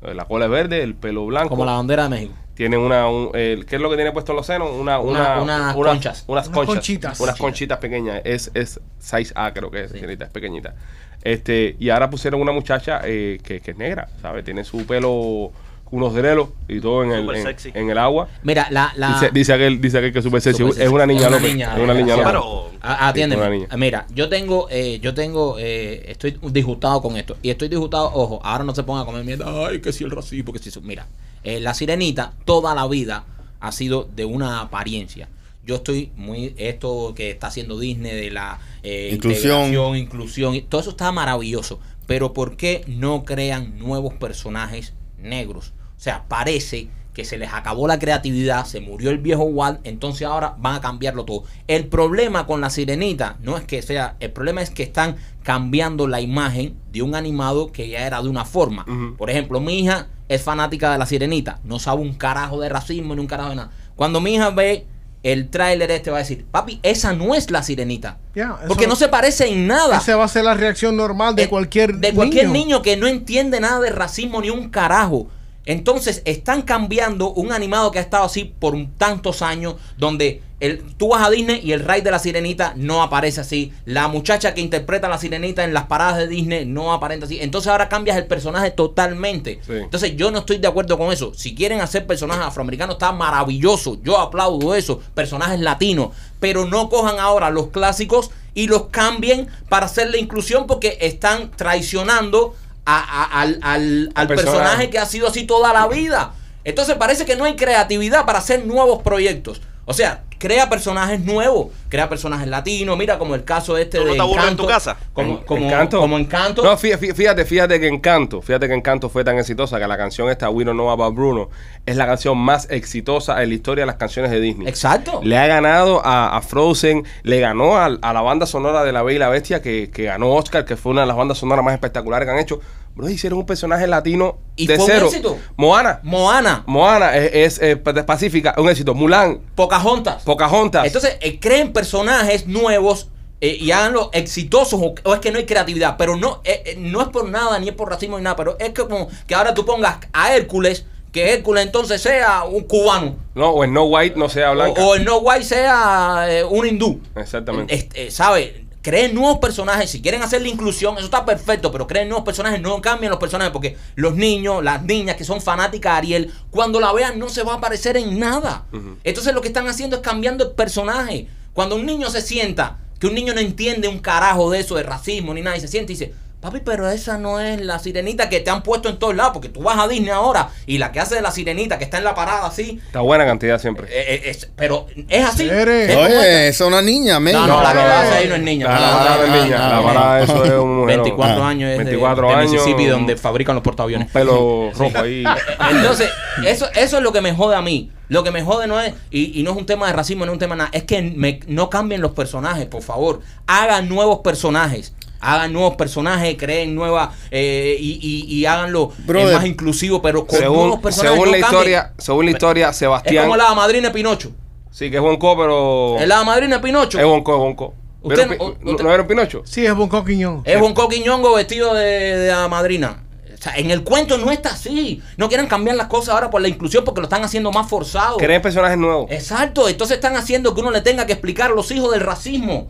S1: La cola es verde, el pelo blanco.
S3: Mm. Como la bandera de México.
S1: Tiene una. un- el- ¿Qué es lo que tiene puesto en los senos? Una, una,
S3: Una- unas conchas.
S1: Unas,
S5: Unas
S1: conchas.
S5: conchitas.
S1: Unas conchitas pequeñas. Es, es 6A, creo que es, señorita, es pequeñita. Este, y ahora pusieron una muchacha eh, que, que es negra, ¿sabes? Tiene su pelo, unos drelos y todo en el,
S6: Súper
S1: en,
S6: sexy.
S1: en el agua.
S3: Mira, la. la
S1: Dice, dice aquel, dice aquel que es súper sexy.
S3: Ah. Súper
S1: Es una
S3: sexy.
S1: niña
S3: Es una
S1: loca.
S3: niña,
S1: Es una niña
S3: desgraciada.
S1: loca.
S6: Pero
S3: a- atiéndeme.
S1: Sí, una niña.
S3: Mira, yo tengo, eh, yo tengo, eh, estoy disgustado con esto. Y estoy disgustado, ojo, ahora no se ponga a comer mierda. Ay, que si el racismo, que si eso. Mira, eh, la sirenita toda la vida ha sido de una apariencia. Yo estoy muy, esto que está haciendo Disney de la eh,
S4: Inclusión.
S3: integración, inclusión, y todo eso está maravilloso. Pero ¿por qué no crean nuevos personajes negros? O sea, parece que se les acabó la creatividad, se murió el viejo Walt, entonces ahora van a cambiarlo todo. El problema con la sirenita no es que sea, el problema es que están cambiando la imagen de un animado que ya era de una forma.
S1: Ujú.
S3: Por ejemplo, mi hija es fanática de la sirenita, no sabe un carajo de racismo ni un carajo de nada. Cuando mi hija ve el tráiler este va a decir, papi, esa no es la sirenita.
S5: Ya, eso
S3: Porque no
S5: no-
S3: se parece en nada.
S5: Esa va a ser la reacción normal de
S3: Eh,
S5: cualquier
S3: de cualquier niño. que no entiende nada de racismo ni un carajo. Entonces están cambiando un animado que ha estado así por un- tantos años, donde el- tú vas a Disney y el ride de la sirenita no aparece así. La muchacha que interpreta a la sirenita en las paradas de Disney no aparenta así. Entonces ahora cambias el personaje totalmente.
S1: Sí.
S3: Entonces yo no estoy de acuerdo con eso. Si quieren hacer personajes afroamericanos está maravilloso. Yo aplaudo eso. Personajes latinos. Pero no cojan ahora los clásicos y los cambien para hacer la inclusión porque están traicionando a- a- al, al- al
S1: personaje.
S3: personaje que ha sido así toda la vida. Entonces parece que no hay creatividad para hacer nuevos proyectos. O sea, crea personajes nuevos, crea personajes latinos. Mira, como el caso este
S6: ¿Tú no
S3: de
S6: te aburres en tu casa?
S3: Como,
S1: En-
S3: como
S1: Encanto.
S3: Como encanto.
S1: No, fí- fí- fíjate, fíjate que Encanto, fíjate que Encanto fue tan exitosa que la canción esta We Don't Know About Bruno es la canción más exitosa en la historia de las canciones de Disney.
S3: Exacto.
S1: Le ha ganado a, a Frozen, le ganó a, a la banda sonora de La Bella y la Bestia que, que ganó Oscar, que fue una de las bandas sonoras más espectaculares que han hecho. Bro, hicieron un personaje latino
S3: Y
S1: de
S3: fue un
S1: cero.
S3: éxito.
S1: Moana,
S3: Moana,
S1: Moana es, es, eh, pacífica, un éxito. Mulan,
S3: Pocahontas.
S1: Pocahontas.
S3: Entonces, eh, creen personajes nuevos eh, y háganlos exitosos o, o es que no hay creatividad. Pero no, eh, eh, no es por nada, ni es por racismo ni nada. Pero es que como que ahora tú pongas a Hércules, que Hércules entonces sea un cubano.
S1: no, o No White no sea
S3: O,
S1: blanca.
S3: o el No White sea eh, un hindú.
S1: Exactamente.
S3: Este, eh, ¿Sabe? Creen nuevos personajes. Si quieren hacer la inclusión, eso está perfecto. Pero creen nuevos personajes, no cambien los personajes. Porque los niños, las niñas que son fanáticas de Ariel, cuando la vean no se va a aparecer en nada. Entonces lo que están haciendo es cambiando el personaje. Cuando un niño se sienta, que un niño no entiende un carajo de eso, de racismo ni nada, y se siente y dice. Papi, pero esa no es la sirenita que te han puesto en todos lados, porque tú vas a Disney ahora y la que hace de la sirenita que está en la parada así,
S1: Está buena cantidad siempre.
S3: eh, eh, es- pero es así.
S5: Eres.
S3: Es como esta.
S4: Oye, es una niña, men.
S3: no, no, la que
S1: no, no.
S3: hace ahí no es niña. Ah,
S1: La
S3: No,
S1: parada
S3: no,
S1: es
S3: no,
S1: niña,
S3: no,
S1: la
S3: no.
S1: parada de eso es un mujerón.
S3: 24
S4: Ah,
S3: ah. años es de-
S1: 24
S3: de,
S1: años.
S3: Mississippi donde fabrican los portaaviones.
S1: Un pelo rojo ahí.
S3: Entonces, eso, eso es lo que me jode a mí. Lo que me jode no es, y, y no es un tema de racismo, no es un tema de nada, es que me- no cambien los personajes, por favor. Hagan nuevos personajes. Hagan nuevos personajes, creen nuevas eh, y, y, y háganlo eh,
S4: Brother.
S3: más inclusivos, pero con nuevos
S1: según,
S3: personajes.
S1: según
S3: no
S1: la
S3: cambien.
S1: historia, según la historia,
S3: Es
S1: Sebastián.
S3: como la madrina de Pinocho.
S1: Sí, que es Bonco, pero.
S3: Es la madrina de Pinocho.
S1: Es Bonco, es Bonco.
S3: Usted
S1: ¿Vieron
S3: no-
S1: Pi-
S3: usted-
S1: ¿No vieron Pinocho?
S5: Sí, es Bonco Quiñón.
S3: Es un coquiñongo vestido de, de la madrina. O sea, en el cuento no está así. No quieren cambiar las cosas ahora por la inclusión porque lo están haciendo más forzado.
S1: Creen personajes nuevos.
S3: Exacto. Entonces están haciendo que uno le tenga que explicar a los hijos del racismo.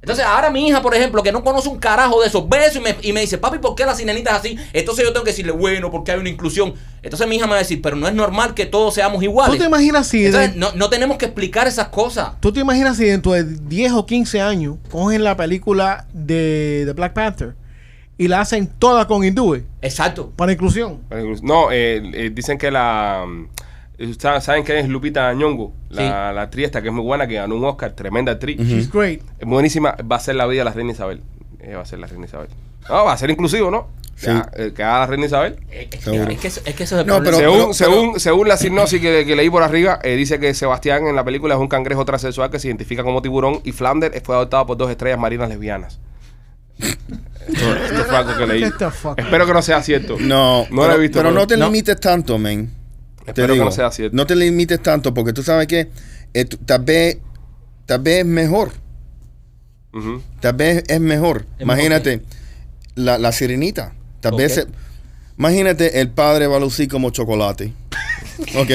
S3: Entonces ahora mi hija, por ejemplo, que no conoce un carajo de esos, ve eso y me, y me dice, papi, ¿por qué la sirenita es así? Entonces yo tengo que decirle, bueno, porque hay una inclusión. Entonces mi hija me va a decir, pero no es normal que todos seamos iguales.
S5: ¿Tú te imaginas si
S3: Entonces
S5: de-
S3: no, no tenemos que explicar esas cosas.
S5: ¿Tú te imaginas si dentro de 10 o 15 años cogen la película de, de Black Panther y la hacen toda con hindúes
S3: Exacto.
S5: para inclusión?
S1: No, eh, eh, dicen que la. eh, ¿saben- ¿Saben quién es Lupita Nyong'o? La, la actriz esta que es muy buena, que ganó un Oscar, tremenda actriz.
S5: She's great.
S1: Es Buenísima, va a ser la vida de la reina Isabel. Eh, va a ser la reina Isabel. No, va a ser inclusivo, ¿no?
S4: Sí.
S1: Que haga- eh, que haga la reina Isabel.
S3: Es, es-
S4: Seguro.
S3: es que, eso- es que eso es el
S4: No,
S3: problema.
S4: pero-
S1: según, según, según la sinopsis que, que leí por arriba, eh, dice que Sebastián en la película es un cangrejo transexual que se identifica como tiburón y Flanders fue adoptado por dos estrellas marinas lesbianas. esto, esto fue algo que leí.
S5: Get the fuck out.
S1: Espero que no sea cierto.
S4: No,
S1: no lo
S4: pero,
S1: he visto.
S4: pero no te
S1: pero-
S4: limites tanto, men. Te
S1: Espero que
S4: digo,
S1: no sea cierto.
S4: No te limites tanto porque tú sabes que eh, tú- tal, vez, tal vez es mejor.
S1: Ujú.
S4: Tal vez es mejor.
S3: Es
S4: imagínate, La, la sirenita. Tal
S3: Ok.
S4: vez... se- imagínate, el padre va a lucir como chocolate. ¿Ok?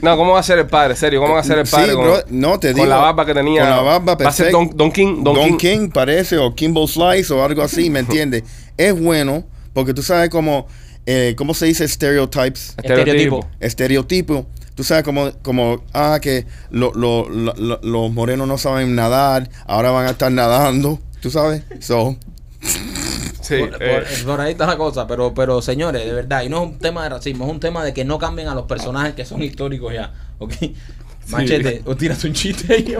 S1: No, ¿cómo va a ser el padre? Serio, ¿cómo va a ser el
S4: Sí,
S1: padre? con,
S4: bro, no, te
S1: con
S4: digo,
S1: la barba que tenía.
S4: con la barba,
S1: Va a ser
S4: perfecto.
S1: Don, Don King. Don, King.
S4: parece, o Kimbo Slice o algo así, ¿me entiendes? es bueno, porque tú sabes cómo, eh, ¿cómo se dice stereotypes?
S3: Estereotipo.
S4: Estereotipo. Tú sabes como, como ah, que lo- lo- lo- lo- los morenos no saben nadar, ahora van a estar nadando, tú sabes. So,
S1: Sí,
S3: Por,
S1: eh,
S3: por- por ahí está la cosa, pero, pero señores, de verdad, y no es un tema de racismo, es un tema de que no cambien a los personajes que son históricos ya, ¿ok? Machete, o tiras un chiste ahí.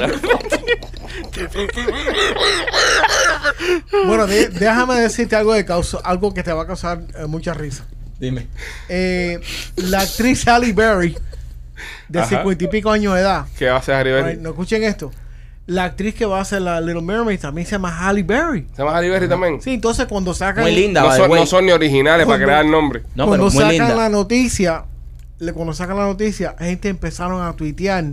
S5: Bueno, de- déjame decirte algo, de causa, algo que te va a causar eh, mucha risa.
S3: Dime.
S5: Eh, la actriz Halle Berry, de
S1: Ajá.
S5: cincuenta y pico años de edad.
S1: ¿Qué va a ser
S5: Right,
S1: Harry
S5: no escuchen esto. La actriz que va a hacer la Little Mermaid también se llama Halle Berry.
S1: ¿Se llama Harry Berry también?
S5: Sí, entonces cuando sacan,
S3: Muy linda,
S1: No
S3: by
S1: son,
S3: the way.
S1: no son ni originales para
S5: Cuando-
S1: crear nombre.
S3: No, pero
S5: cuando
S3: muy
S5: sacan
S3: linda.
S5: la noticia, le- cuando sacan la noticia, gente empezaron a tuitear.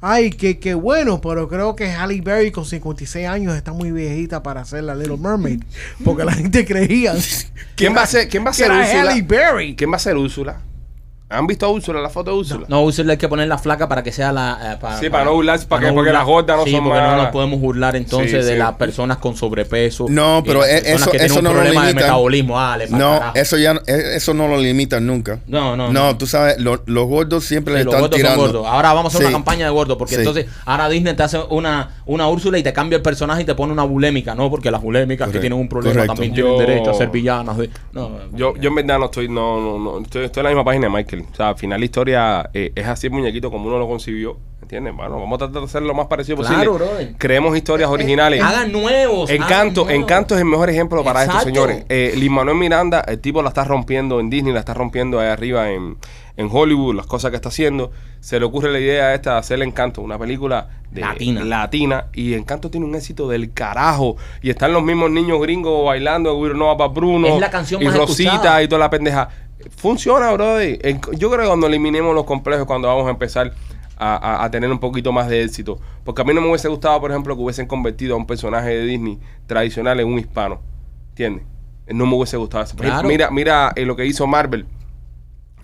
S5: Ay, que, que bueno, pero creo que Halle Berry con 56 años está muy viejita para hacer la Little Mermaid. Porque la gente creía
S1: ¿Quién va a ser, quién va a
S5: que
S1: ser
S5: era Halle
S1: Úrsula?
S5: Berry.
S1: ¿Quién va a ser Úrsula? ¿Han visto a Úrsula, la foto de Úrsula?
S3: No, Úrsula hay que poner la flaca para que sea la. eh, pa-
S1: Sí, para no burlarse, para que- porque
S3: burlar-
S1: las gordas no
S3: sí,
S1: son
S3: porque no
S1: malas.
S3: nos podemos burlar entonces
S1: Sí,
S3: de
S1: sí.
S3: las personas con sobrepeso.
S4: No,
S3: y
S4: pero
S3: las
S4: e-
S3: personas
S4: eso-
S3: que tienen
S4: eso
S3: un
S4: no lo
S3: problema de
S4: limitan.
S3: metabolismo. Ah, le
S4: No, eso ya no- e- eso no lo limitan nunca.
S3: No, no, no.
S4: No, tú sabes, lo- los gordos siempre le
S3: los
S4: están
S3: gordos
S4: tirando.
S3: son gordos. Ahora vamos a hacer
S4: Sí.
S3: una campaña de gordos. Porque
S4: Sí.
S3: entonces ahora Disney te hace una, una Úrsula y te cambia el personaje y te pone una bulémica. No, porque las bulémicas que
S4: Correcto,
S3: tienen un problema
S4: correcto.
S3: también tienen
S1: Yo-
S3: derecho a ser villanas. de- no,
S1: Yo, yo en verdad no estoy, no, no, no, estoy, estoy en la misma página de Michael. O sea, al final la historia eh, es así el muñequito como uno lo concibió. ¿Entiendes? Bueno, vamos a tratar de hacer lo más parecido
S3: Claro,
S1: posible.
S3: brother. Eh,
S1: Creemos historias originales.
S3: Hagan nuevos. hagan
S1: Encanto,
S3: nuevos.
S1: Encanto es el mejor ejemplo para
S3: Exacto.
S1: estos señores. Eh, Lin Manuel Miranda, el tipo la está rompiendo en Disney, la está rompiendo ahí arriba en, en Hollywood, las cosas que está haciendo. Se le ocurre la idea esta de hacer Encanto, una película de-
S3: Latina.
S1: latina, Y Encanto tiene un éxito del carajo. Y están los mismos niños gringos bailando, We're Not About Bruno.
S3: Es la canción
S1: y
S3: más
S1: Rosita
S3: escuchada.
S1: y toda la pendeja. Funciona, brother. En- Yo creo que cuando eliminemos los complejos, cuando vamos a empezar a, a- a tener un poquito más de éxito. Porque a mí no me hubiese gustado, por ejemplo, que hubiesen convertido a un personaje de Disney tradicional en un hispano. ¿Entiendes? No me hubiese gustado eso.
S3: Claro.
S1: Mira, mira eh, lo que hizo Marvel.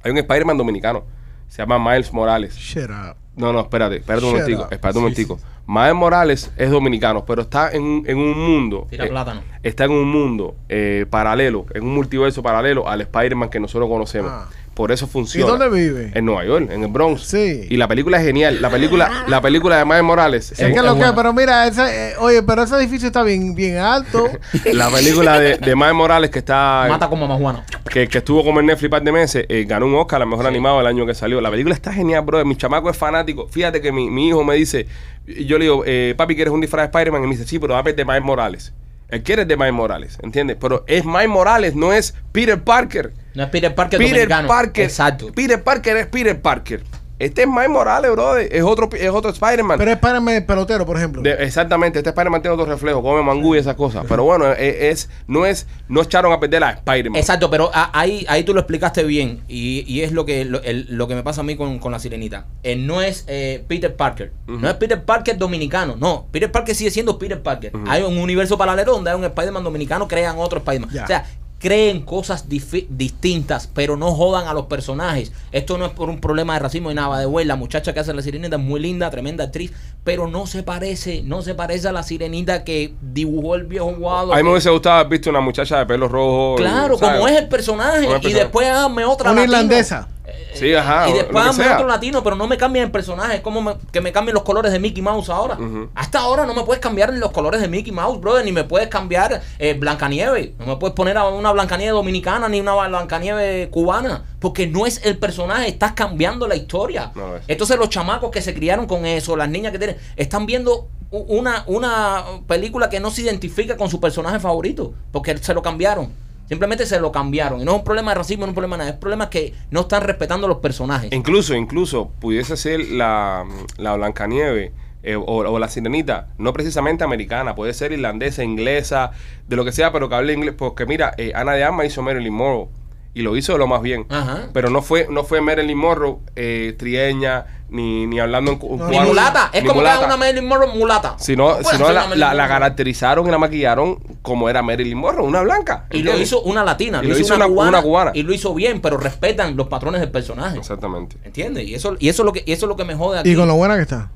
S1: Hay un Spider-Man dominicano. Se llama Miles Morales.
S5: Shut up.
S1: No, no, espérate, espérate un
S5: Shut
S1: momentico,
S5: up.
S1: espérate un momentico. Mael Morales es dominicano, pero está en, un- en un mundo. eh,
S3: Tira plátano.
S1: Está en un mundo eh, paralelo, en un multiverso paralelo al Spider-Man que nosotros conocemos.
S5: Ah.
S1: Por eso funciona.
S5: dónde vive?
S1: En Nueva York, en el Bronx.
S5: Sí.
S1: Y la película es genial. La película, la película de Mael Morales.
S5: Es que
S1: es-
S5: lo
S1: es
S5: que,
S1: buena.
S5: pero mira, ese, eh, oye, pero ese edificio está bien, bien alto.
S1: eh, La película de, de Mael Morales que está.
S3: Mata como más Juana.
S1: que, que estuvo como en Netflix par de meses, eh, ganó un Oscar, la mejor animado del año que salió. La película está genial, brother. Mi chamaco es fanático. Fíjate que mi, mi hijo me dice, y yo le digo, eh, papi, ¿quieres un disfraz de Spider-Man? Y me dice, sí, pero dame el de Miles Morales. Él quiere el de Miles Morales, ¿entiendes? Pero es Miles Morales, no es Peter Parker.
S3: No es Peter Parker
S1: Peter
S3: dominicano.
S1: Parker.
S3: Exacto.
S1: Peter Parker es Peter Parker. Este es Miles Morales, brother. Es otro, es otro Spider-Man.
S5: pero es para el pelotero, por ejemplo.
S1: De- exactamente, este Spider-Man tiene otro reflejo, come mangú y esas cosas. Pero bueno, eh, es, no es, no echaron a perder a Spider-Man.
S3: Exacto, pero a- ahí, ahí tú lo explicaste bien y, y es lo que, lo, el- lo que me pasa a mí con, con la sirenita. Eh, no es eh, Peter Parker, no es Peter Parker dominicano, no, Peter Parker sigue siendo Peter Parker. Hay un universo paralelo donde hay un Spider-Man dominicano, crean otro Spider-Man.
S5: Ya.
S3: O sea, creen cosas difi- distintas, pero no jodan a los personajes. Esto no es por un problema de racismo y nada de güey. La muchacha que hace la sirenita es muy linda, tremenda actriz, pero no se parece, no se parece a la sirenita que dibujó el viejo guado.
S1: A mí me hubiese gustado haber visto una muchacha de pelo rojo.
S3: Claro,
S1: y, ¿sabes?
S3: como es el personaje.
S1: Como es el
S3: Y
S1: personaje.
S3: después hazme otra
S5: Una
S3: latino.
S5: irlandesa.
S1: Sí, ajá.
S3: y
S1: o lo
S3: después
S1: que
S3: hazme
S1: sea.
S3: otro latino, pero no me cambien el personaje. Es como me- que me cambien los colores de Mickey Mouse ahora.
S1: Ujú.
S3: Hasta ahora no me puedes cambiar los colores de Mickey Mouse, brother. Ni me puedes cambiar eh, Blancanieve. No me puedes poner a una Blancanieve dominicana ni una Blancanieve cubana. Porque no es el personaje. Estás cambiando la historia.
S1: No lo es.
S3: Entonces los chamacos que se criaron con eso, las niñas que tienen, están viendo u- una, una película que no se identifica con su personaje favorito, porque se lo cambiaron. Simplemente se lo cambiaron. Y no es un problema de racismo, no es un problema de nada. Es un problema que no están respetando los personajes.
S1: Incluso, incluso, pudiese ser la, la Blancanieve eh, o, o la Sirenita, no precisamente americana, puede ser irlandesa, inglesa, de lo que sea, pero que hable inglés. Porque mira, eh, Ana de Armas hizo Marilyn Monroe y lo hizo de lo más bien.
S3: Ajá.
S1: Pero no fue, no fue Marilyn Monroe eh, trieña, ni, ni hablando en cu-
S5: No,
S1: cubano,
S3: Ni
S5: Bueno,
S3: mulata. Es
S1: ni
S3: como que
S1: mulata.
S3: haga una Marilyn Monroe mulata.
S1: Si no,
S3: puede
S1: si no
S3: ser
S1: la,
S3: una
S1: la-
S3: Marilyn
S1: la
S3: Monroe.
S1: caracterizaron y la maquillaron como era Marilyn Monroe, una blanca.
S3: Y lo
S1: ¿entiendes?
S3: hizo una latina,
S1: Y lo hizo una- una cubana.
S3: Y lo hizo bien, pero respetan los patrones del personaje.
S1: Exactamente.
S3: ¿Entiendes? Y eso, y eso es lo que, y eso es lo que me jode aquí.
S5: Y con lo buena que está.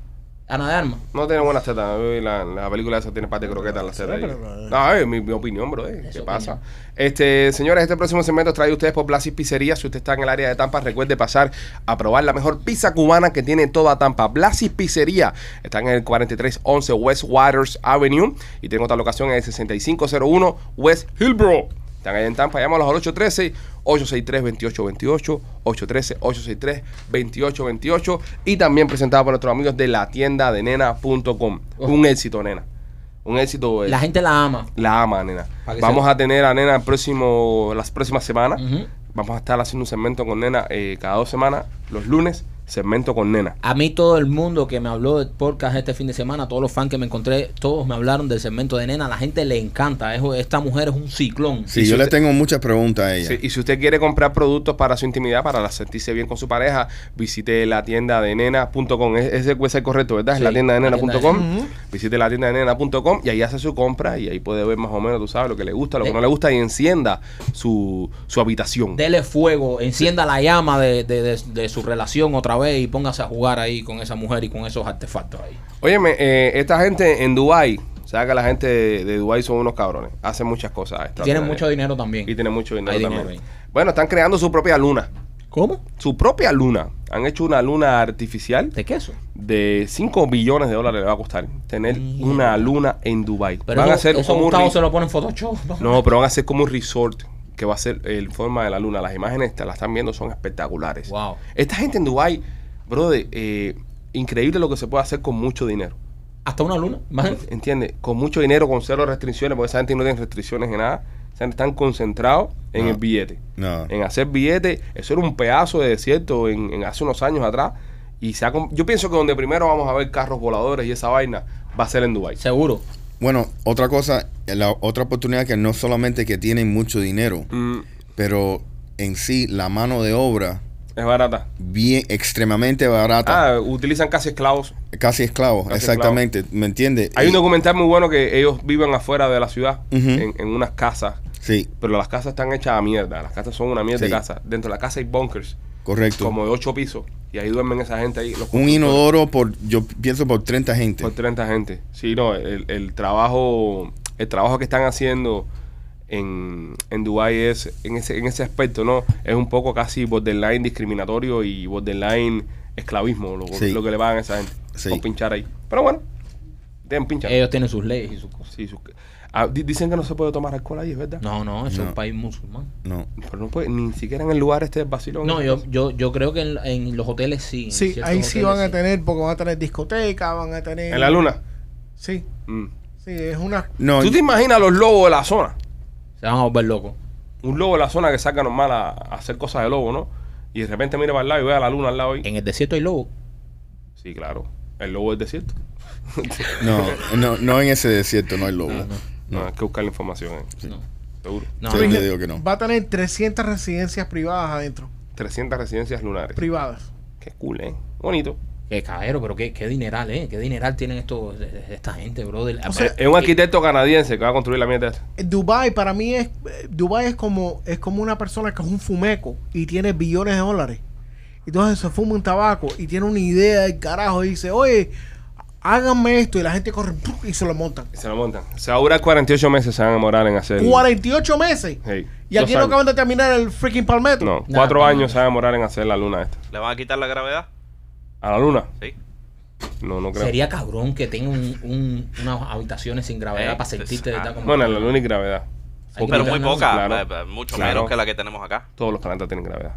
S3: Ana de Armas.
S1: No tiene buenas tetas. eh, La, la película esa tiene parte de croqueta en la tetas.
S5: pero,
S1: ahí.
S5: pero,
S1: No, es mi, mi opinión, bro. eh, ¿Qué pasa? Este, señores, este próximo segmento trae ustedes por Blasis Pizzería. Si usted está en el área de Tampa, recuerde pasar a probar la mejor pizza cubana que tiene toda Tampa. Blasis Pizzería. Están en el 4311 West Waters Avenue. Y tengo otra locación en el 6501 West Hillbrook. Están ahí en Tampa, llámalos al 813-863-2828, 813-863-2828 y también presentado por nuestros amigos de la tienda de nena.com. Un éxito, nena. Un éxito. eh,
S3: La gente la ama.
S1: la ama, nena.
S3: Pa' que
S1: Vamos a tener a nena el próximo, las próximas semanas.
S3: Ujú.
S1: Vamos a estar haciendo un segmento con nena eh, cada dos semanas, los lunes. segmento con nena.
S3: A mí todo el mundo que me habló del podcast este fin de semana, todos los fans que me encontré, todos me hablaron del segmento de nena. A la gente le encanta. Es- Esta mujer es un ciclón.
S4: Sí, yo le tengo muchas preguntas a ella.
S1: Sí, y si usted quiere comprar productos para su intimidad, para la- sentirse bien con su pareja, visite la tienda de nena.com. Es- Ese puede ser correcto, ¿verdad? Es
S3: Sí,
S1: la tienda de
S3: la tienda de-
S1: nena.com. Visite la tienda de nena.com y ahí hace su compra y ahí puede ver más o menos, tú sabes, lo que le gusta, lo que
S3: De-
S1: no le gusta y encienda su, su habitación.
S3: Dele fuego, encienda la llama de, de- de- de su relación otra vez y póngase a jugar ahí con esa mujer y con esos artefactos ahí.
S1: Óyeme, eh, esta gente en Dubai, sabes que la gente de, de Dubai son unos cabrones. Hacen muchas cosas.
S3: Tienen
S1: extraordinarias.
S3: mucho dinero también.
S1: eh. Y tienen mucho dinero
S3: Hay dinero
S1: también. bueno, están creando su propia luna.
S3: ¿Cómo?
S1: Su propia luna. Han hecho una luna artificial.
S3: ¿De queso?
S1: de 5 billones de dólares le va a costar tener una luna en Dubai.
S3: Pero
S1: van
S3: eso,
S1: a hacer
S3: eso
S1: como un
S3: Gustavo
S1: re-
S3: se lo pone en Photoshop. ¿no?
S1: no, pero van a hacer como un resort que va a ser en forma de la luna. Las imágenes te las están viendo son espectaculares.
S3: Wow.
S1: Esta gente en Dubai, brother, eh, increíble lo que se puede hacer con mucho dinero.
S3: Hasta una luna. imagínate.
S1: ¿Entiendes? Con mucho dinero, con cero restricciones, porque esa gente no tiene restricciones en nada. Esa gente están concentrados en
S4: No.
S1: el billete.
S4: No.
S1: En hacer billetes. Eso era un pedazo de desierto en, en hace unos años atrás. Y se ha com- yo pienso que donde primero vamos a ver carros voladores y esa vaina va a ser en Dubái.
S3: Seguro.
S4: Bueno, otra cosa, la otra oportunidad que no solamente que tienen mucho dinero,
S1: Mm,
S4: pero en sí la mano de obra
S1: es barata.
S4: bien extremadamente barata,
S1: Ah, utilizan casi esclavos.
S4: casi esclavos,
S1: Casi
S4: exactamente, ¿me entiendes?
S1: Hay
S4: Y-
S1: un documental muy bueno que ellos viven afuera de la ciudad,
S4: Ujú.
S1: en, en unas casas.
S4: Sí,
S1: Pero las casas están hechas a mierda. Las casas son una mierda de
S4: Sí.
S1: casa. Dentro de la casa hay bunkers,
S4: correcto.
S1: como de ocho pisos. Y ahí duermen esa gente ahí. Los
S4: un inodoro por, yo pienso por 30 gente.
S1: Por 30 gente. Sí, no, el, el trabajo el trabajo que están haciendo en, en Dubái es, en ese, en ese aspecto, ¿no? Es un poco casi borderline discriminatorio y borderline esclavismo, lo,
S4: Sí.
S1: lo que le pagan a esa gente.
S4: Sí.
S1: Por pinchar ahí. Pero bueno, deben pinchar.
S3: Ellos tienen sus leyes y sus cosas.
S1: Sí, su- ah, di- dicen que no se puede tomar alcohol ahí, es verdad.
S3: No, no, eso es
S4: No.
S3: un país musulmán.
S4: No.
S1: Pero no puede, ni siquiera en el lugar este del vacilón.
S3: No, yo, yo, yo creo que en, en los hoteles sí. en
S5: Sí,
S3: ciertos
S5: ahí sí
S3: hoteles
S5: van a tener, porque van a tener discoteca, van a tener...
S1: En la luna.
S5: Sí,
S1: Mm.
S5: sí, es una...
S4: No,
S1: ¿Tú te imaginas los lobos de la zona?
S3: Se van a volver locos.
S1: un lobo de la zona que saca normal a, a hacer cosas de lobo, ¿no? Y de repente mira para el lado y ve a la luna al lado ahí.
S3: En el desierto hay lobos.
S1: Sí, claro. El lobo del desierto.
S4: no, no, no en ese desierto no hay lobo.
S1: No, hay que buscar la información, eh.
S3: No.
S1: seguro.
S3: No,
S4: Sí,
S3: no.
S4: yo digo que no.
S5: Va a tener 300 residencias privadas adentro.
S1: 300 residencias lunares.
S5: Privadas.
S1: Qué cool, ¿eh? Bonito.
S3: Qué caero, pero qué, qué dineral, ¿eh? Qué dineral tienen estos, de- de- esta gente, brother. Ah,
S5: O sea,
S4: Eh,
S1: Es un arquitecto canadiense que va a construir la mierda esta.
S5: Eh, Dubai para mí es... eh, Dubai es como, es como una persona que es un fumeco y tiene billones de dólares. Entonces se fuma un tabaco y tiene una idea del carajo y dice, oye, háganme esto. Y la gente corre ¡pum! y se lo montan.
S1: Y se lo montan. Se va a durar 48 meses, se van a demorar en hacer.
S5: 48 meses.
S1: Hey,
S5: Y
S1: dos
S5: aquí no
S1: años.
S5: acaban de terminar el freaking palmetto.
S1: No,
S3: Nah,
S1: cuatro
S3: pa'
S1: años
S3: menos.
S1: se van a demorar en hacer la luna esta.
S6: ¿Le van a quitar la gravedad?
S1: ¿A la luna?
S6: Sí.
S1: No, no creo.
S3: Sería cabrón que tenga un- un- unas habitaciones sin gravedad
S6: Eh,
S3: para sentirte de verdad
S6: ah,
S3: como-
S1: Bueno, en la luna y gravedad.
S3: Hay
S6: Pero
S3: que
S6: muy
S3: quitar la-
S6: poca,
S1: Claro.
S6: eh, eh, mucho
S1: Claro.
S6: menos que la que tenemos acá.
S1: Todos los planetas tienen gravedad.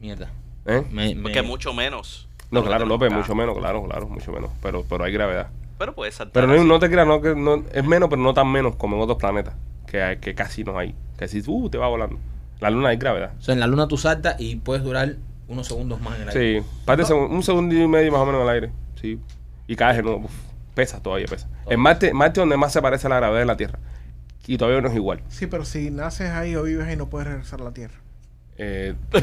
S3: Mierda.
S1: ¿Eh?
S3: Me- me-
S6: Porque mucho menos.
S1: No,
S6: que
S1: claro,
S6: lo que
S1: López,
S6: tenemos
S1: mucho
S6: acá.
S1: menos, claro, claro, mucho menos. Pero, pero hay gravedad.
S6: Pero pues, puede saltar.
S5: Ah,
S1: Pero no,
S6: así.
S1: no te creas, no, que no, es menos, pero no tan menos como en otros planetas, que, hay- que casi no hay. Que si uh, te va volando. La luna hay gravedad.
S3: O sea, en la luna tú saltas y puedes durar unos segundos más en el aire.
S1: Sí, parte segun- un segundo y medio más o menos en el aire. Sí. Y caes de nuevo. uf, Pesa todavía, pesa. En Marte, Marte es donde más se parece a la gravedad de la Tierra. Y todavía no es igual.
S5: Sí, pero si naces ahí o vives ahí no puedes regresar a la Tierra.
S1: Eh, te-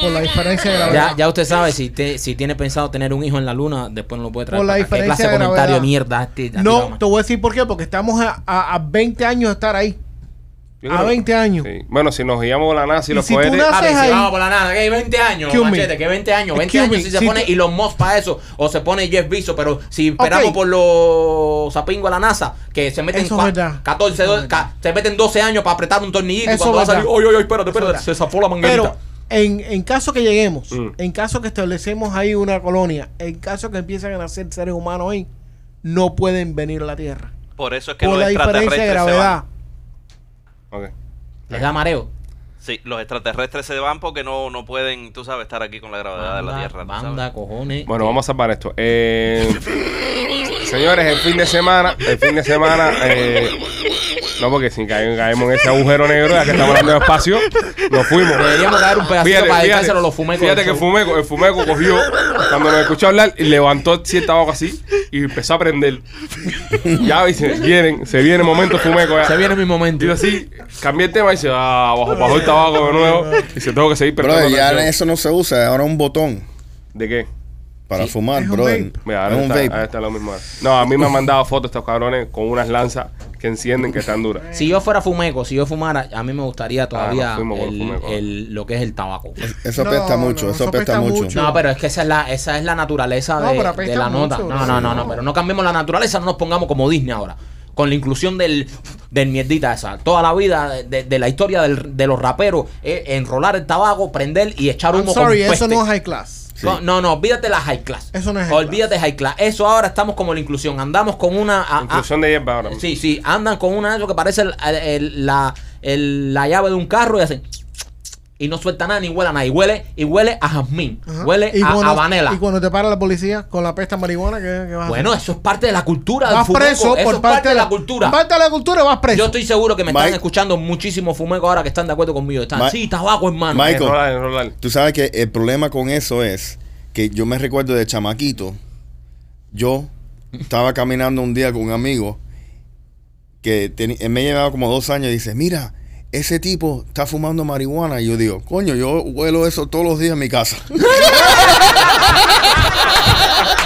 S5: Por la diferencia de gravedad.
S3: Ya, ya usted sabe, si te, si tiene pensado tener un hijo en la luna, después no lo puede traer.
S5: Por la
S3: para acá.
S5: diferencia
S3: ¿Qué clase
S5: de
S3: de comentario de
S5: gravedad.
S3: mierda? Este, este
S5: No,
S3: programa?
S5: te voy a decir por qué. Porque estamos a, a- a 20 años de estar ahí.
S1: yo
S5: A
S1: creo-
S5: 20 años.
S1: Sí. Bueno, si nos guiamos por la NASA y
S5: Y
S1: los
S5: si tú
S1: cohetes.
S5: naces-
S3: Papi, si
S5: ahí.
S3: vamos por la nada, que hay 20 años,
S5: Excuse me.
S3: machete, que 20 años, 20
S5: Excuse
S3: años
S5: me,
S3: si se
S5: si
S3: pone
S5: tú-
S3: Elon Musk para eso, o se pone Jeff Bezos, pero si esperamos
S5: Ok.
S3: por los sapingos a la NASA, que se meten
S5: Eso es
S3: cua-
S5: verdad.
S3: 14,
S5: Eso es
S3: do- ca- se meten 12 años para apretar un tornillito
S5: Eso
S3: cuando va a
S5: es verdad.
S3: salir, oye, oye, espérate,
S5: Eso es
S3: espérate,
S5: verdad.
S3: se zafó la manguerita.
S5: Pero en, en caso que lleguemos,
S1: Mm.
S5: en caso que establecemos ahí una colonia, en caso que empiezan a nacer seres humanos ahí, no pueden venir a la Tierra.
S6: Por eso es que
S5: Por
S6: los
S5: la
S6: extraterrestres
S5: diferencia de
S6: se
S5: gravedad.
S6: van.
S1: Ok.
S3: Les da mareo.
S6: Sí, los extraterrestres se van porque no, no pueden, tú sabes, estar aquí con la gravedad de la
S3: Banda,
S6: Tierra. tú sabes.
S3: banda, cojones.
S1: Bueno, vamos a salvar esto. Eh, señores, el fin de semana, el fin de semana, eh, No, porque si cae- caemos en ese agujero negro, ya que estamos hablando de espacio, nos fuimos.
S3: Deberíamos dar un pedacito para dedicárselo a los fumecos.
S1: fíjate
S3: del
S1: que
S3: show.
S1: Fumeco, el Fumeco cogió, cuando nos escuchó hablar, y levantó cierta hoja así y empezó a prender. ya, y se vienen, se viene el momento Fumeco. Ya.
S3: Se viene mi momento.
S1: Y yo así, cambié el tema y dice, ah, bajo, bajo el tabaco de nuevo. Y se tengo que seguir
S4: Bro,
S1: prestando
S4: ya
S1: atención.
S4: eso no se usa, ahora un botón
S1: ¿De qué?
S4: para fumar,
S5: es un
S4: bro.
S5: vape.
S1: Mira,
S4: es
S1: ahora
S4: un
S1: está, ahora
S4: vape.
S1: está lo mismo. No, a mí me han mandado fotos estos cabrones con unas lanzas que encienden que están duras.
S3: Si yo fuera fumeco, si yo fumara, a mí me
S5: Ah,
S3: gustaría todavía
S1: nos fuimos por
S3: el-
S1: fumeco.
S3: el- lo que es el tabaco.
S4: Eso
S5: No,
S4: apesta
S5: no,
S4: mucho,
S5: eso
S4: eso apesta
S5: apesta
S4: mucho.
S5: mucho.
S3: No, pero es que esa es la, esa es la naturaleza
S5: No,
S3: de,
S5: pero pues apesta
S3: de la
S5: mucho,
S3: nota. No,
S5: bro.
S3: no, no,
S5: No.
S3: no, pero no cambiemos la naturaleza, no nos pongamos como Disney ahora. Con la inclusión del, del mierdita esa. Toda la vida de, de la historia del- de los raperos, eh, enrolar el tabaco, prender y echar
S5: I'm
S3: humo
S5: sorry,
S3: con
S5: eso
S3: peste.
S5: no es high class.
S4: Sí.
S3: No, no, no, olvídate la high class.
S5: Eso no es high
S3: Olvídate high class. Eso ahora estamos como la inclusión. Andamos con una. a- a-
S1: Inclusión de hierba ahora.
S3: Sí, sí, andan con una de eso que parece el- el- el- la, el- la llave de un carro y hacen. Y no suelta nada ni huele a nada. Y huele, y huele a jazmín.
S5: Ajá.
S3: Huele
S5: Y
S3: a, a
S5: cuando-
S3: vanela.
S5: Y cuando te para la policía con la pesta marihuana, ¿qué, qué vas a hacer?
S3: Bueno, eso es parte de la cultura. del
S5: vas
S3: fumeco,
S5: preso
S3: eso
S5: por
S3: es parte de la cultura.
S5: Parte de la cultura vas preso.
S3: Yo estoy seguro que me están
S4: Mike-
S3: escuchando muchísimos fumecos ahora que están de acuerdo conmigo. Están,
S4: Mike-
S3: sí, tabaco, hermano.
S4: Mike- Michael.
S1: Enrolar, enrolar.
S4: Tú sabes que el problema con eso es que yo me recuerdo de chamaquito, yo estaba caminando un día con un amigo que teni- él me llevaba como dos años y dice, mira, ese tipo está fumando marihuana. Y yo digo, coño, yo huelo eso todos los días en mi casa.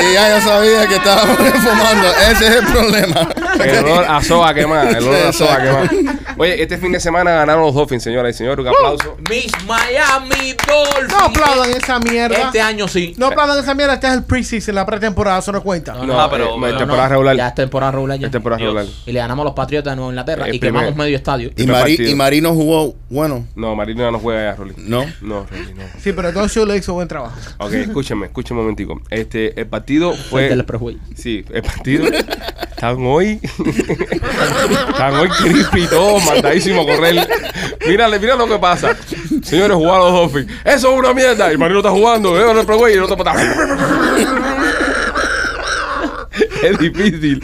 S4: y ya yo sabía que estaba fumando. Ese es el problema.
S1: El olor a soba quemada. El olor a
S4: Sí,
S1: soba
S4: exacto.
S1: quemada. Oye, este fin de semana ganaron los Dolphins, señoras y señores. Un aplauso.
S3: Miss Miami Dolphins.
S5: No aplaudan esa mierda.
S3: Este año sí.
S5: No aplaudan esa mierda. Este es el preseason, la pretemporada, eso no cuenta.
S1: No,
S6: Ah, pero-
S1: eh, no,
S6: pero
S1: temporada
S3: no,
S1: regular.
S3: Ya es temporada regular ya.
S1: Es temporada
S6: Dios.
S1: regular.
S3: Y le ganamos a los Patriotas de Nueva Inglaterra
S1: El
S3: y
S1: primer-
S3: quemamos medio estadio.
S4: Y,
S1: Otro
S4: Mari-
S1: partido.
S4: y Marino jugó, bueno,
S1: No, Marina no juega ya, Rolly.
S4: ¿no?
S1: No, Rolly, no.
S5: Sí, pero todo yo le hizo buen trabajo.
S1: Ok, escúchame, escúchame un momentico. Este, el partido fue...
S3: Suéltale el prejuicio.
S1: Sí, el partido. Están hoy. Están hoy creepy todos, matadísimo correr. Mírale, mira lo que pasa. Señores, jugar a los Dolphins. Eso es una mierda. Y Marino está jugando. eh, no es pro güey, y el otro está. Es difícil.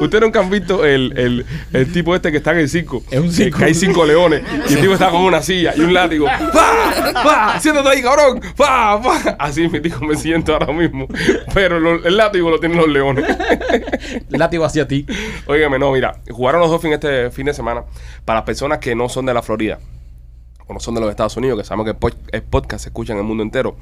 S1: Ustedes nunca han visto el, el, el tipo este que está en el circo.
S3: Es un
S1: Que-
S3: circo.
S1: Que hay cinco leones. Y el tipo está con una silla y un látigo. ¡Fa! ¡Fa! ¡Siéntate ahí, cabrón! ¡Fa! ¡Fa! Así me dijo, me siento ahora mismo. Pero lo- el látigo lo tienen los leones.
S3: Látigo hacia ti.
S1: Óigame, no, mira. Jugaron los Dolphins este fin de semana para las personas que no son de la Florida o no son de los Estados Unidos, que sabemos que el, pod- el podcast se escucha en el mundo entero.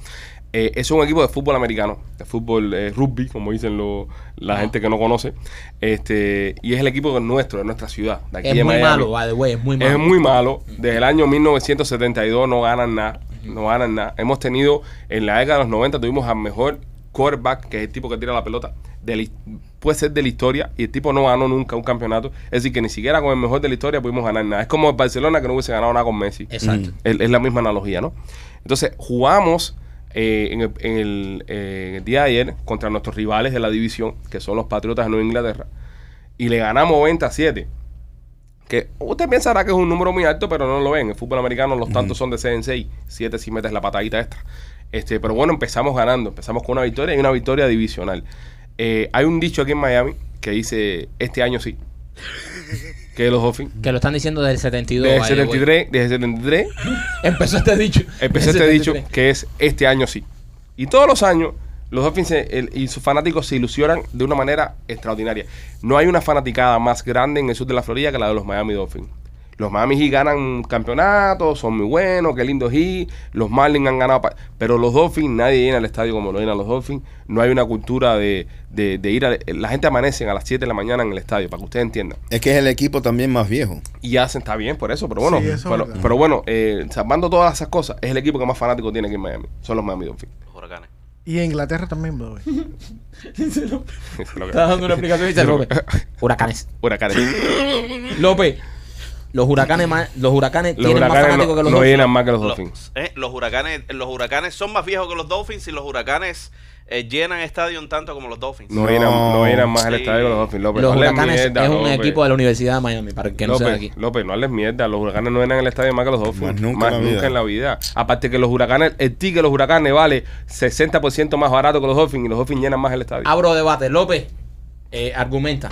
S1: Eh, es un equipo de fútbol americano, de fútbol eh, rugby, como dicen lo- la gente que no conoce. Este, y es el equipo de nuestro, de nuestra ciudad. De aquí
S3: Es
S1: de
S3: muy
S1: Miami.
S3: malo, by the way, es muy malo.
S1: Es muy malo. Desde el año 1972 no ganan nada. No ganan nada. Hemos tenido, en la década de los 90 tuvimos al mejor quarterback, que es el tipo que tira la pelota. de la his- puede ser de la historia y el tipo no ganó nunca un campeonato. Es decir, que ni siquiera con el mejor de la historia pudimos ganar nada. Es como el Barcelona que no hubiese ganado nada con Messi.
S3: Exacto.
S1: Es, es la misma analogía, ¿no? Entonces, jugamos eh, en, el, en el, eh, en el día de ayer contra nuestros rivales de la división, que son los Patriotas de Nueva Inglaterra, y le ganamos 27. Que usted pensará que es un número muy alto, pero no lo ven. En el fútbol americano los tantos son de 6 en 6, 7 si metes la patadita extra. Este, pero bueno, empezamos ganando. Empezamos con una victoria y una victoria divisional. Eh, hay un dicho aquí en Miami que dice, este año sí, que los Dolphins.
S3: Que lo están diciendo del 72.
S1: Desde el
S3: by the way.
S1: 73, desde el 73
S3: Empezó este dicho.
S1: Empecé este dicho que es este año sí. Y todos los años los Dolphins se- el- y sus fanáticos se ilusionan de una manera extraordinaria. No hay una fanaticada más grande en el sur de la Florida que la de los Miami Dolphins. Los Miami Heat ganan campeonatos, son muy buenos, qué lindo Heat. Los Marlins han ganado. pa- Pero los Dolphins, nadie llena el estadio como lo llenan los Dolphins. No hay una cultura de, de- de ir a. La gente amanece a las 7 de la mañana en el estadio, para que ustedes entiendan.
S4: Es que es el equipo también más viejo.
S1: Y hacen, está bien por eso, pero bueno,
S5: Sí, eso es
S1: pero,
S5: verdad.
S1: pero bueno, eh, salvando todas esas cosas, es el equipo que más fanáticos tiene aquí en Miami. Son los Miami Dolphins.
S6: Los huracanes.
S5: Y en Inglaterra también, bro.
S1: Eso es lo que-
S3: Está dando una explicación y dice López. Huracanes.
S1: Huracanes.
S3: López. Los huracanes, más- los huracanes
S1: Los
S3: tienen más
S1: huracanes
S3: fanáticos
S1: no,
S3: que los
S1: no
S3: Dolphins.
S1: llenan más que los
S6: Los,
S1: Dolphins.
S6: eh, los huracanes, los huracanes son más viejos que los Dolphins y los huracanes eh, llenan estadio un tanto como los Dolphins.
S1: No,
S4: No.
S1: Llenan, no llenan más el
S6: Sí.
S1: estadio que los Dolphins. López,
S3: Los
S1: no hables
S3: huracanes
S1: mierda,
S3: es un
S1: López.
S3: equipo de la Universidad de Miami, para el que no sea de aquí.
S1: López, López, no hables mierda. Los huracanes no llenan el estadio más que los Dolphins.
S4: Más nunca
S1: más
S4: en la
S1: nunca
S4: vida.
S1: en la vida. Aparte que los huracanes, el ticket de los huracanes vale 60%
S3: Ah.
S1: más barato que los Dolphins y los Dolphins llenan más el estadio.
S3: Abro debate. López, eh, argumenta.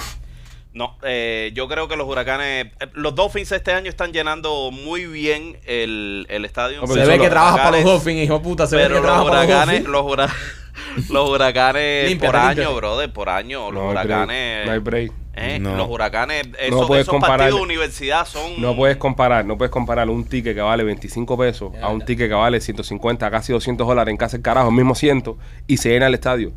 S6: No, eh, yo creo que los huracanes, eh, los Dolphins este año están llenando muy bien el, el estadio.
S1: No, pero
S3: Se
S1: eso
S3: ve
S1: lo-
S3: que trabajas para los
S6: Huracanes-
S3: Dolphins, hijo de puta. Se ve
S6: pero
S3: que
S6: los
S3: trabajas para los
S6: huracanes,
S3: Dolphins.
S6: los, hura- los huracanes
S3: Límpiate,
S6: por año,
S3: límpiate.
S6: brother, por año, los
S1: No hay break,
S6: huracanes.
S1: no hay break.
S6: eh,
S4: No.
S6: Los huracanes, esos,
S1: puedes
S6: esos
S1: comparar-
S6: partidos de universidad son.
S1: No puedes comparar, no puedes comparar un ticket que vale 25 pesos a un ticket que vale 150, casi 200 dólares en casa el carajo, el mismo ciento, y se llena el estadio.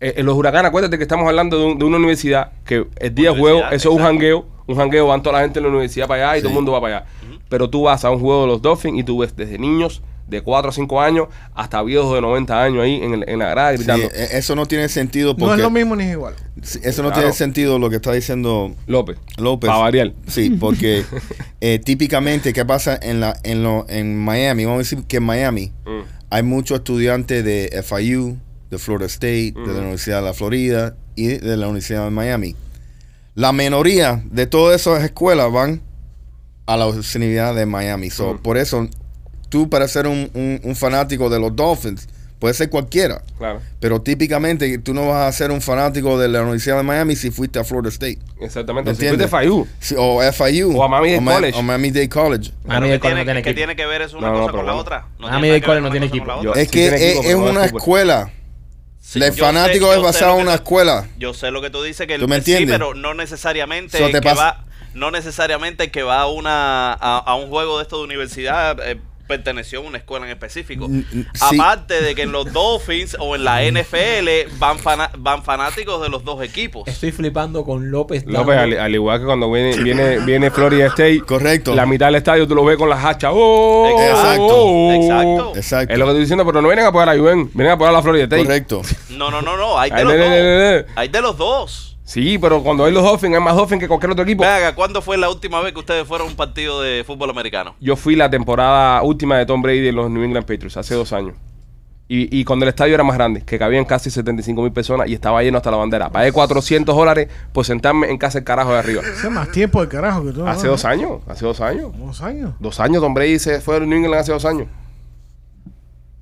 S1: Eh, eh, los huracanes, acuérdate que estamos hablando de, un- de una universidad que el día de juego,
S6: Universidad,
S1: eso es un
S6: exacto.
S1: jangueo, un jangueo, van toda la gente de la universidad para allá y todo el
S4: Sí.
S1: mundo va para allá. Pero tú vas a un juego de los Dolphins y tú ves desde niños de 4 a 5 años hasta viejos de 90 años ahí en, el- en la grada
S4: Sí,
S1: gritando.
S4: e- eso no tiene sentido porque
S5: No es lo mismo ni es igual.
S4: Sí, eso no
S1: Claro. Ah,
S4: tiene sentido lo que está diciendo
S1: López,
S4: López.
S1: para variar.
S4: Sí, porque eh, típicamente, ¿qué pasa en, la, en, lo, en Miami? Vamos a decir que en Miami
S1: Mm.
S4: hay muchos estudiantes de FIU, de Florida State, de la Universidad de la Florida y de la Universidad de Miami. La minoría de todas esas escuelas van a la Universidad de Miami. So, Por eso, tú para ser un, un- un fanático de los Dolphins, puede ser cualquiera.
S1: Claro,
S4: Pero típicamente tú no vas a ser un fanático de la Universidad de Miami si fuiste a Florida State.
S1: exactamente. Si
S4: ¿Entiendes?
S1: fuiste FIU,
S4: Sí, o FIU.
S1: O a Miami-Dade
S4: Ma-
S1: College.
S4: O Miami-Dade College.
S6: Pero
S3: Miami-Dade College no
S6: ¿qué tiene,
S3: tiene
S6: ¿qué
S3: equipo.
S6: tiene que ver es
S1: No,
S6: una
S1: no,
S6: cosa
S1: pero
S6: con la
S1: bueno.
S6: otra? No
S3: Miami-Dade
S6: tiene nada que
S3: College
S6: ver
S3: no
S6: una
S3: tiene
S6: cosa con la
S3: equipo.
S6: otra.
S4: Es
S1: Sí
S4: que
S1: tiene
S4: es,
S1: equipo,
S4: es
S1: pero no
S4: una
S1: es fútbol.
S4: escuela.
S6: Sí,
S4: El
S6: yo sé-
S4: fanático
S6: yo
S4: es
S6: sé
S4: basado
S6: lo
S4: en
S6: que
S4: una
S6: te-
S4: escuela.
S6: Yo sé lo que tú dices que el-
S4: ¿Tú me
S6: eh,
S4: entiendes?
S6: Sí, pero no necesariamente
S4: So,
S6: el
S4: te
S6: que
S4: pasa-
S6: va no necesariamente el que va a una a, a un juego de esto de universidad eh, perteneció a una escuela en específico.
S4: Mm, mm, sí.
S6: Aparte de que en los Dolphins o en la NFL van fana- van fanáticos de los dos equipos.
S3: Estoy flipando con López.
S1: López, al, al igual que cuando viene, viene, viene Florida State,
S4: Correcto.
S1: la mitad del estadio tú lo ves con las hachas. ¡Oh!
S6: Exacto,
S1: ¡Oh!
S6: exacto.
S4: Exacto.
S1: Es lo que estoy diciendo, pero no vienen a apoyar a Juven, vienen a apoyar a la Florida State.
S4: Correcto.
S6: No, no, no, no, hay de
S1: Ay,
S6: los
S1: ne, ne, ne, ne.
S6: dos. Hay de los dos.
S1: Sí, pero cuando hay los Dolphins, hay más Dolphins que cualquier otro equipo.
S6: Venga, ¿cuándo fue la última vez que ustedes fueron a un partido de fútbol americano?
S1: Yo fui la temporada última de Tom Brady en los New England Patriots, hace dos años. Y, y cuando el estadio era más grande, que cabían casi 75 mil personas y estaba lleno hasta la bandera. Pagué 400 dólares por sentarme en casa el carajo de arriba.
S5: Hace más tiempo de carajo que tú.
S1: Hace dos años, hace dos años.
S5: Dos años.
S1: Dos años Tom Brady se fue a New England hace dos años.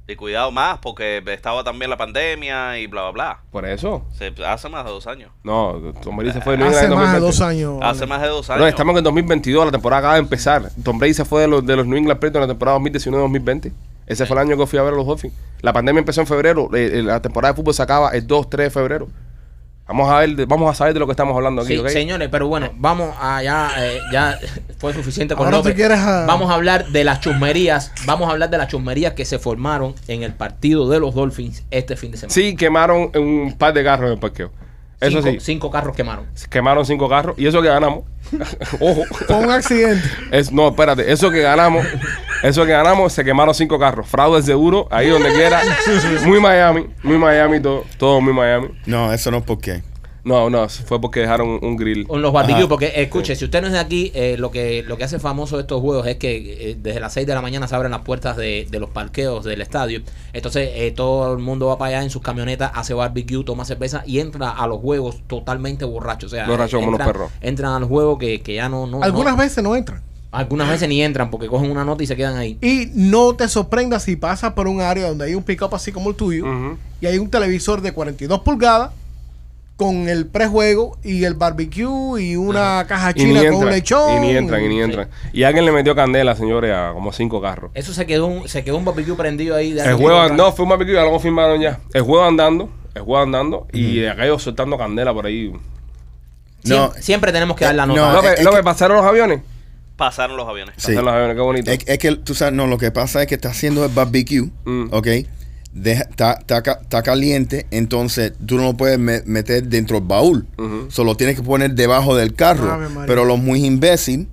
S6: Y cuidado más, porque estaba también la pandemia y bla, bla, bla.
S1: Por eso.
S6: Se, hace más de dos años.
S1: No, Tom Brady se fue de New England
S5: Hace
S1: en
S5: más de
S1: 2020.
S5: dos años.
S6: Hace
S5: vale.
S6: más de dos años.
S1: No, estamos en el 2022, la temporada acaba de empezar. Tom Brady se fue de los, de los New England Patriots en la temporada 2019-2020. Ese fue el año que fui a ver a los Dolphins. La pandemia empezó en febrero. eh, eh, la temporada de fútbol se acaba el 2-3 de febrero. Vamos a ver, de- vamos a saber de lo que estamos hablando aquí,
S3: Sí,
S1: ¿ok?
S3: señores, pero bueno, vamos allá, eh, ya fue suficiente con
S5: Ahora tú
S3: López.
S5: quieres a-
S3: Vamos a hablar de las chusmerías, vamos a hablar de las chusmerías que se formaron en el partido de los Dolphins este fin de semana.
S1: Sí, quemaron un par de carros en el parqueo. Eso
S3: cinco,
S1: sí,
S3: cinco carros quemaron.
S1: quemaron cinco carros y eso que ganamos. Ojo.
S5: Fue un accidente.
S1: Es, no, espérate, eso que ganamos, eso que ganamos, se quemaron cinco carros. Fraude seguro, ahí donde quiera. Muy Miami, muy Miami, todo, todo muy Miami.
S4: No, eso no es por qué.
S1: No, no, fue porque dejaron un, un grill.
S3: Con los barbecue,
S4: Ajá.
S3: porque escuche, si usted no es de aquí, eh, lo que lo que hace famoso estos juegos es que eh, desde las 6 de la mañana se abren las puertas de, de los parqueos del estadio. Entonces eh, todo el mundo va para allá en sus camionetas, hace barbecue, toma cerveza y entra a los juegos totalmente borracho. O sea,
S1: Borracho como los
S3: entran-
S1: perros.
S3: Entran a los juegos que, que ya no. no
S5: Algunas
S3: no-
S5: veces no entran.
S3: Algunas veces ni entran porque cogen una nota y se quedan ahí.
S5: Y no te sorprendas si pasas por un área donde hay un pick-up así como el tuyo
S1: Ujú.
S5: y hay un televisor de 42 pulgadas con el prejuego y el barbecue y una caja
S1: Y ni
S5: china con un
S1: entran,
S5: lechón.
S1: y ni entran, y ni entran. Y alguien le metió candela, señores, a como cinco carros.
S3: Eso se quedó un, se quedó un barbecue prendido ahí. De
S1: El
S3: hace
S1: juego,
S3: tiempo
S1: no,
S3: atrás.
S1: fue un barbecue, ya lo confirmaron ya. El juego andando, el juego andando, y aquellos soltando candela por ahí.
S3: Siem-
S4: No.
S3: Siempre tenemos que dar la
S4: No,
S3: nota.
S4: Ah,
S1: López,
S4: es- es
S1: López,
S4: que-
S1: ¿pasaron los aviones?
S6: Pasaron los aviones.
S4: Sí.
S1: Pasaron los aviones, qué bonito.
S4: Es, es que tú sabes, no, lo que pasa es que está haciendo el barbecue,
S1: Mm.
S4: ¿ok? Deja- Está está ca- está caliente, entonces tú no lo puedes me- meter dentro del baúl.
S1: Ujú.
S4: Solo tienes que poner debajo del carro.
S5: Ave María.
S4: Pero los muy imbécil,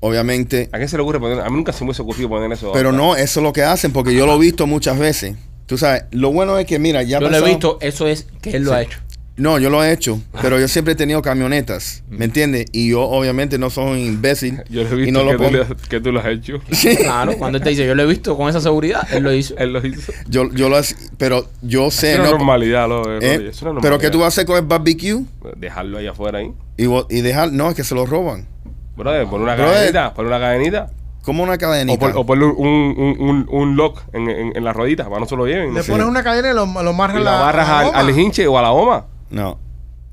S4: obviamente,
S1: ¿A qué se le ocurre poner? A mí nunca se me hubiese ocurrido poner eso.
S4: Pero no, eso es lo que hacen, porque yo lo he visto muchas veces. Tú sabes, lo bueno es que, mira, ya
S3: Yo lo he
S4: pasado-
S3: visto, eso es que él lo ha hecho.
S4: No, yo lo he hecho, pero yo siempre he tenido camionetas, ¿me entiendes? Y yo, obviamente, no soy un imbécil.
S1: Mm. Yo lo he visto
S4: y no lo
S1: que, tú
S4: pongo-
S1: le- que tú lo has hecho.
S3: Claro, cuando él te dice, yo lo he visto con esa seguridad, él lo hizo.
S1: Él lo hizo.
S4: yo, yo lo hace- pero yo sé,
S1: es una
S4: Eh, no-
S1: normalidad, López.
S4: ¿eh?
S1: López, es una
S4: pero ¿qué tú vas a
S1: normalidad. Pues
S4: hacer con el barbecue?
S1: Dejarlo allá afuera ahí.
S4: Y, vo- y dejar, no, es que se lo roban.
S1: Brother, pon una
S4: Brother.
S1: cadenita, pon una cadenita.
S4: Como una cadenita.
S1: O, pon- o ponle un, un, un, un lock en, en, en las rueditas para no se lo lleven.
S5: Le
S1: Sí.
S5: pones una cadena y lo, lo
S1: Y
S5: marras
S1: la barras al,
S5: goma.
S1: al hinche o a la goma.
S4: No.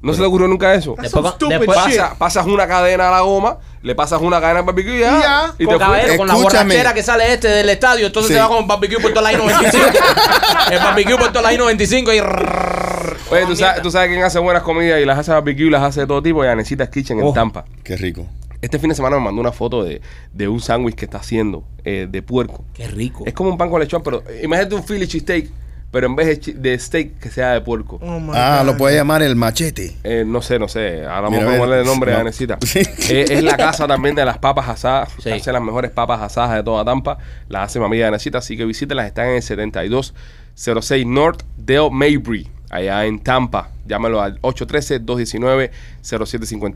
S1: ¿No se le ocurrió nunca eso?
S5: That's
S3: Después
S5: some
S3: va-
S5: stupid
S3: después
S5: shit.
S1: Pasa- pasas una cadena a la goma, le pasas una cadena al barbecue y ya.
S5: Y ya.
S1: y te
S3: con,
S1: fuiste.
S3: caballero, con la
S4: Escúchame.
S3: borrachera que sale este del estadio, entonces
S4: Sí.
S3: se va con barbecue por toda la I-95. el barbecue por toda la I-95 y... rrrr.
S1: Oye, ¿tú sabes, tú sabes quién hace buenas comidas y las hace barbecue y las hace de todo tipo? Y Anecitas Kitchen en
S3: Oh.
S1: Tampa.
S4: Qué rico.
S1: Este fin de semana me mandó una foto de, de un sándwich que está haciendo eh, de puerco.
S3: Qué rico.
S1: Es como un pan con lechón, pero eh, imagínate un Philly cheesesteak, pero en vez de, chi- de steak que sea de puerco.
S5: Oh, my
S4: Ah,
S5: God.
S4: lo puede llamar el machete.
S1: Eh, no sé, no sé. Ahora vamos
S4: Mira,
S1: a
S4: a ver,
S1: ponerle el nombre a
S4: no.
S1: Anesita.
S4: Sí.
S1: Eh, es la casa también de las papas asadas.
S3: Sí.
S1: Hace las mejores papas asadas de toda Tampa. Las hace mi amiga Anesita. Así que visítenlas. Están en el 7206 North Dale Mabry. Allá en Tampa. Llámalo al 813-219-0751.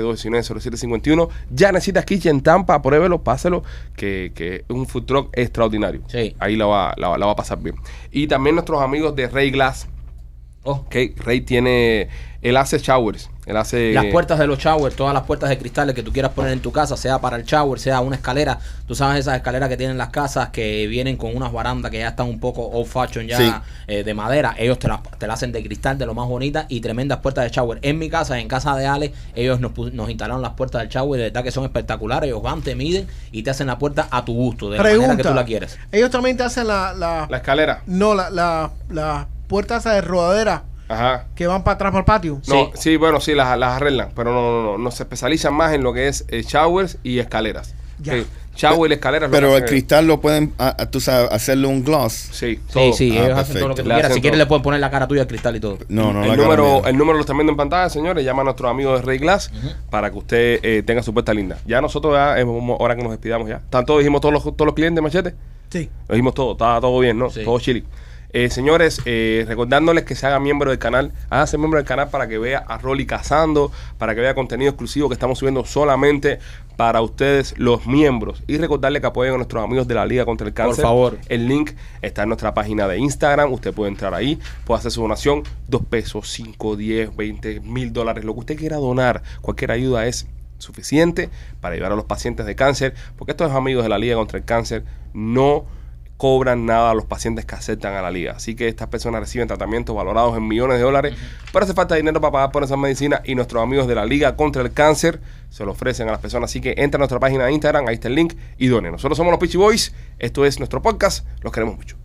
S1: 813-219-0751. Ya necesitas Kitchen Tampa. Pruébelo, páselo. Que, que es un food truck extraordinario.
S3: Sí.
S1: Ahí la va, la, va- la va a pasar bien. Y también nuestros amigos de Ray Glass.
S3: Oh,
S1: Ok, Rey tiene. Él hace showers. Él hace.
S3: Las puertas de los showers, todas las puertas de cristales que tú quieras poner en tu casa, sea para el shower, sea una escalera. Tú sabes esas escaleras que tienen las casas que vienen con unas barandas que ya están un poco old fashion, ya
S4: Sí.
S3: eh, de madera. Ellos te las te las hacen de cristal, de lo más bonita y tremendas puertas de shower. En mi casa, en casa de Ale, ellos nos, pu- nos instalaron las puertas del shower. De verdad que son espectaculares. Ellos van, te miden y te hacen la puerta a tu gusto, de la manera que tú la quieres.
S5: Ellos también te hacen la, la,
S1: La escalera.
S5: no, la, la, las puertas esas de rodadera
S1: Ajá.
S5: que van para atrás para el patio.
S1: No, sí, bueno, sí, las, las arreglan. Pero no, no, no. Nos se especializan más en lo que es eh, showers y escaleras.
S5: Ya.
S1: Sí, shower y escaleras. lo
S4: Pero
S1: que
S4: el
S1: hacen-
S4: cristal lo pueden, ah, ah, tú sabes, hacerle un gloss.
S1: Sí,
S3: Sí,
S1: todo.
S3: sí,
S4: Ah,
S3: ellos hacen todo lo
S1: Le
S3: que tú
S4: perfecto.
S3: quieras.
S1: hacen
S3: Si quieres,
S1: todo.
S3: le pueden poner la cara tuya al cristal y todo.
S4: No, no, la
S1: el,
S4: cara
S1: número,
S4: mía.
S1: el número lo están viendo en pantalla, señores. Llama a nuestros amigos de Ray Glass para que usted eh, tenga su puerta linda. Ya nosotros, ya es mo- hora que nos despidamos ya. Tanto dijimos todos los, todos los clientes, machete.
S5: Sí.
S1: Lo dijimos todo, estaba todo bien, ¿no?
S3: Sí.
S1: Todo chili. Eh, señores, eh, recordándoles que se hagan miembro del canal, háganse miembro del canal para que vea a Rolly cazando, para que vea contenido exclusivo que estamos subiendo solamente para ustedes los miembros. Y recordarles que apoyen a nuestros amigos de la Liga contra el Cáncer.
S3: favor.
S1: El link está en nuestra página de Instagram, usted puede entrar ahí, puede hacer su donación, 2 pesos, 5, 10, 20 mil dólares, lo que usted quiera donar, cualquier ayuda es suficiente para ayudar a los pacientes de cáncer, porque estos amigos de la Liga contra el Cáncer no cobran nada a los pacientes que aceptan a la liga. Así que estas personas reciben tratamientos valorados en millones de dólares, pero hace falta dinero para pagar por esas medicinas y nuestros amigos de la Liga contra el Cáncer se lo ofrecen a las personas. Así que entra a nuestra página de Instagram, ahí está el link y donen. Nosotros somos los Peachy Boys, esto es nuestro podcast, los queremos mucho.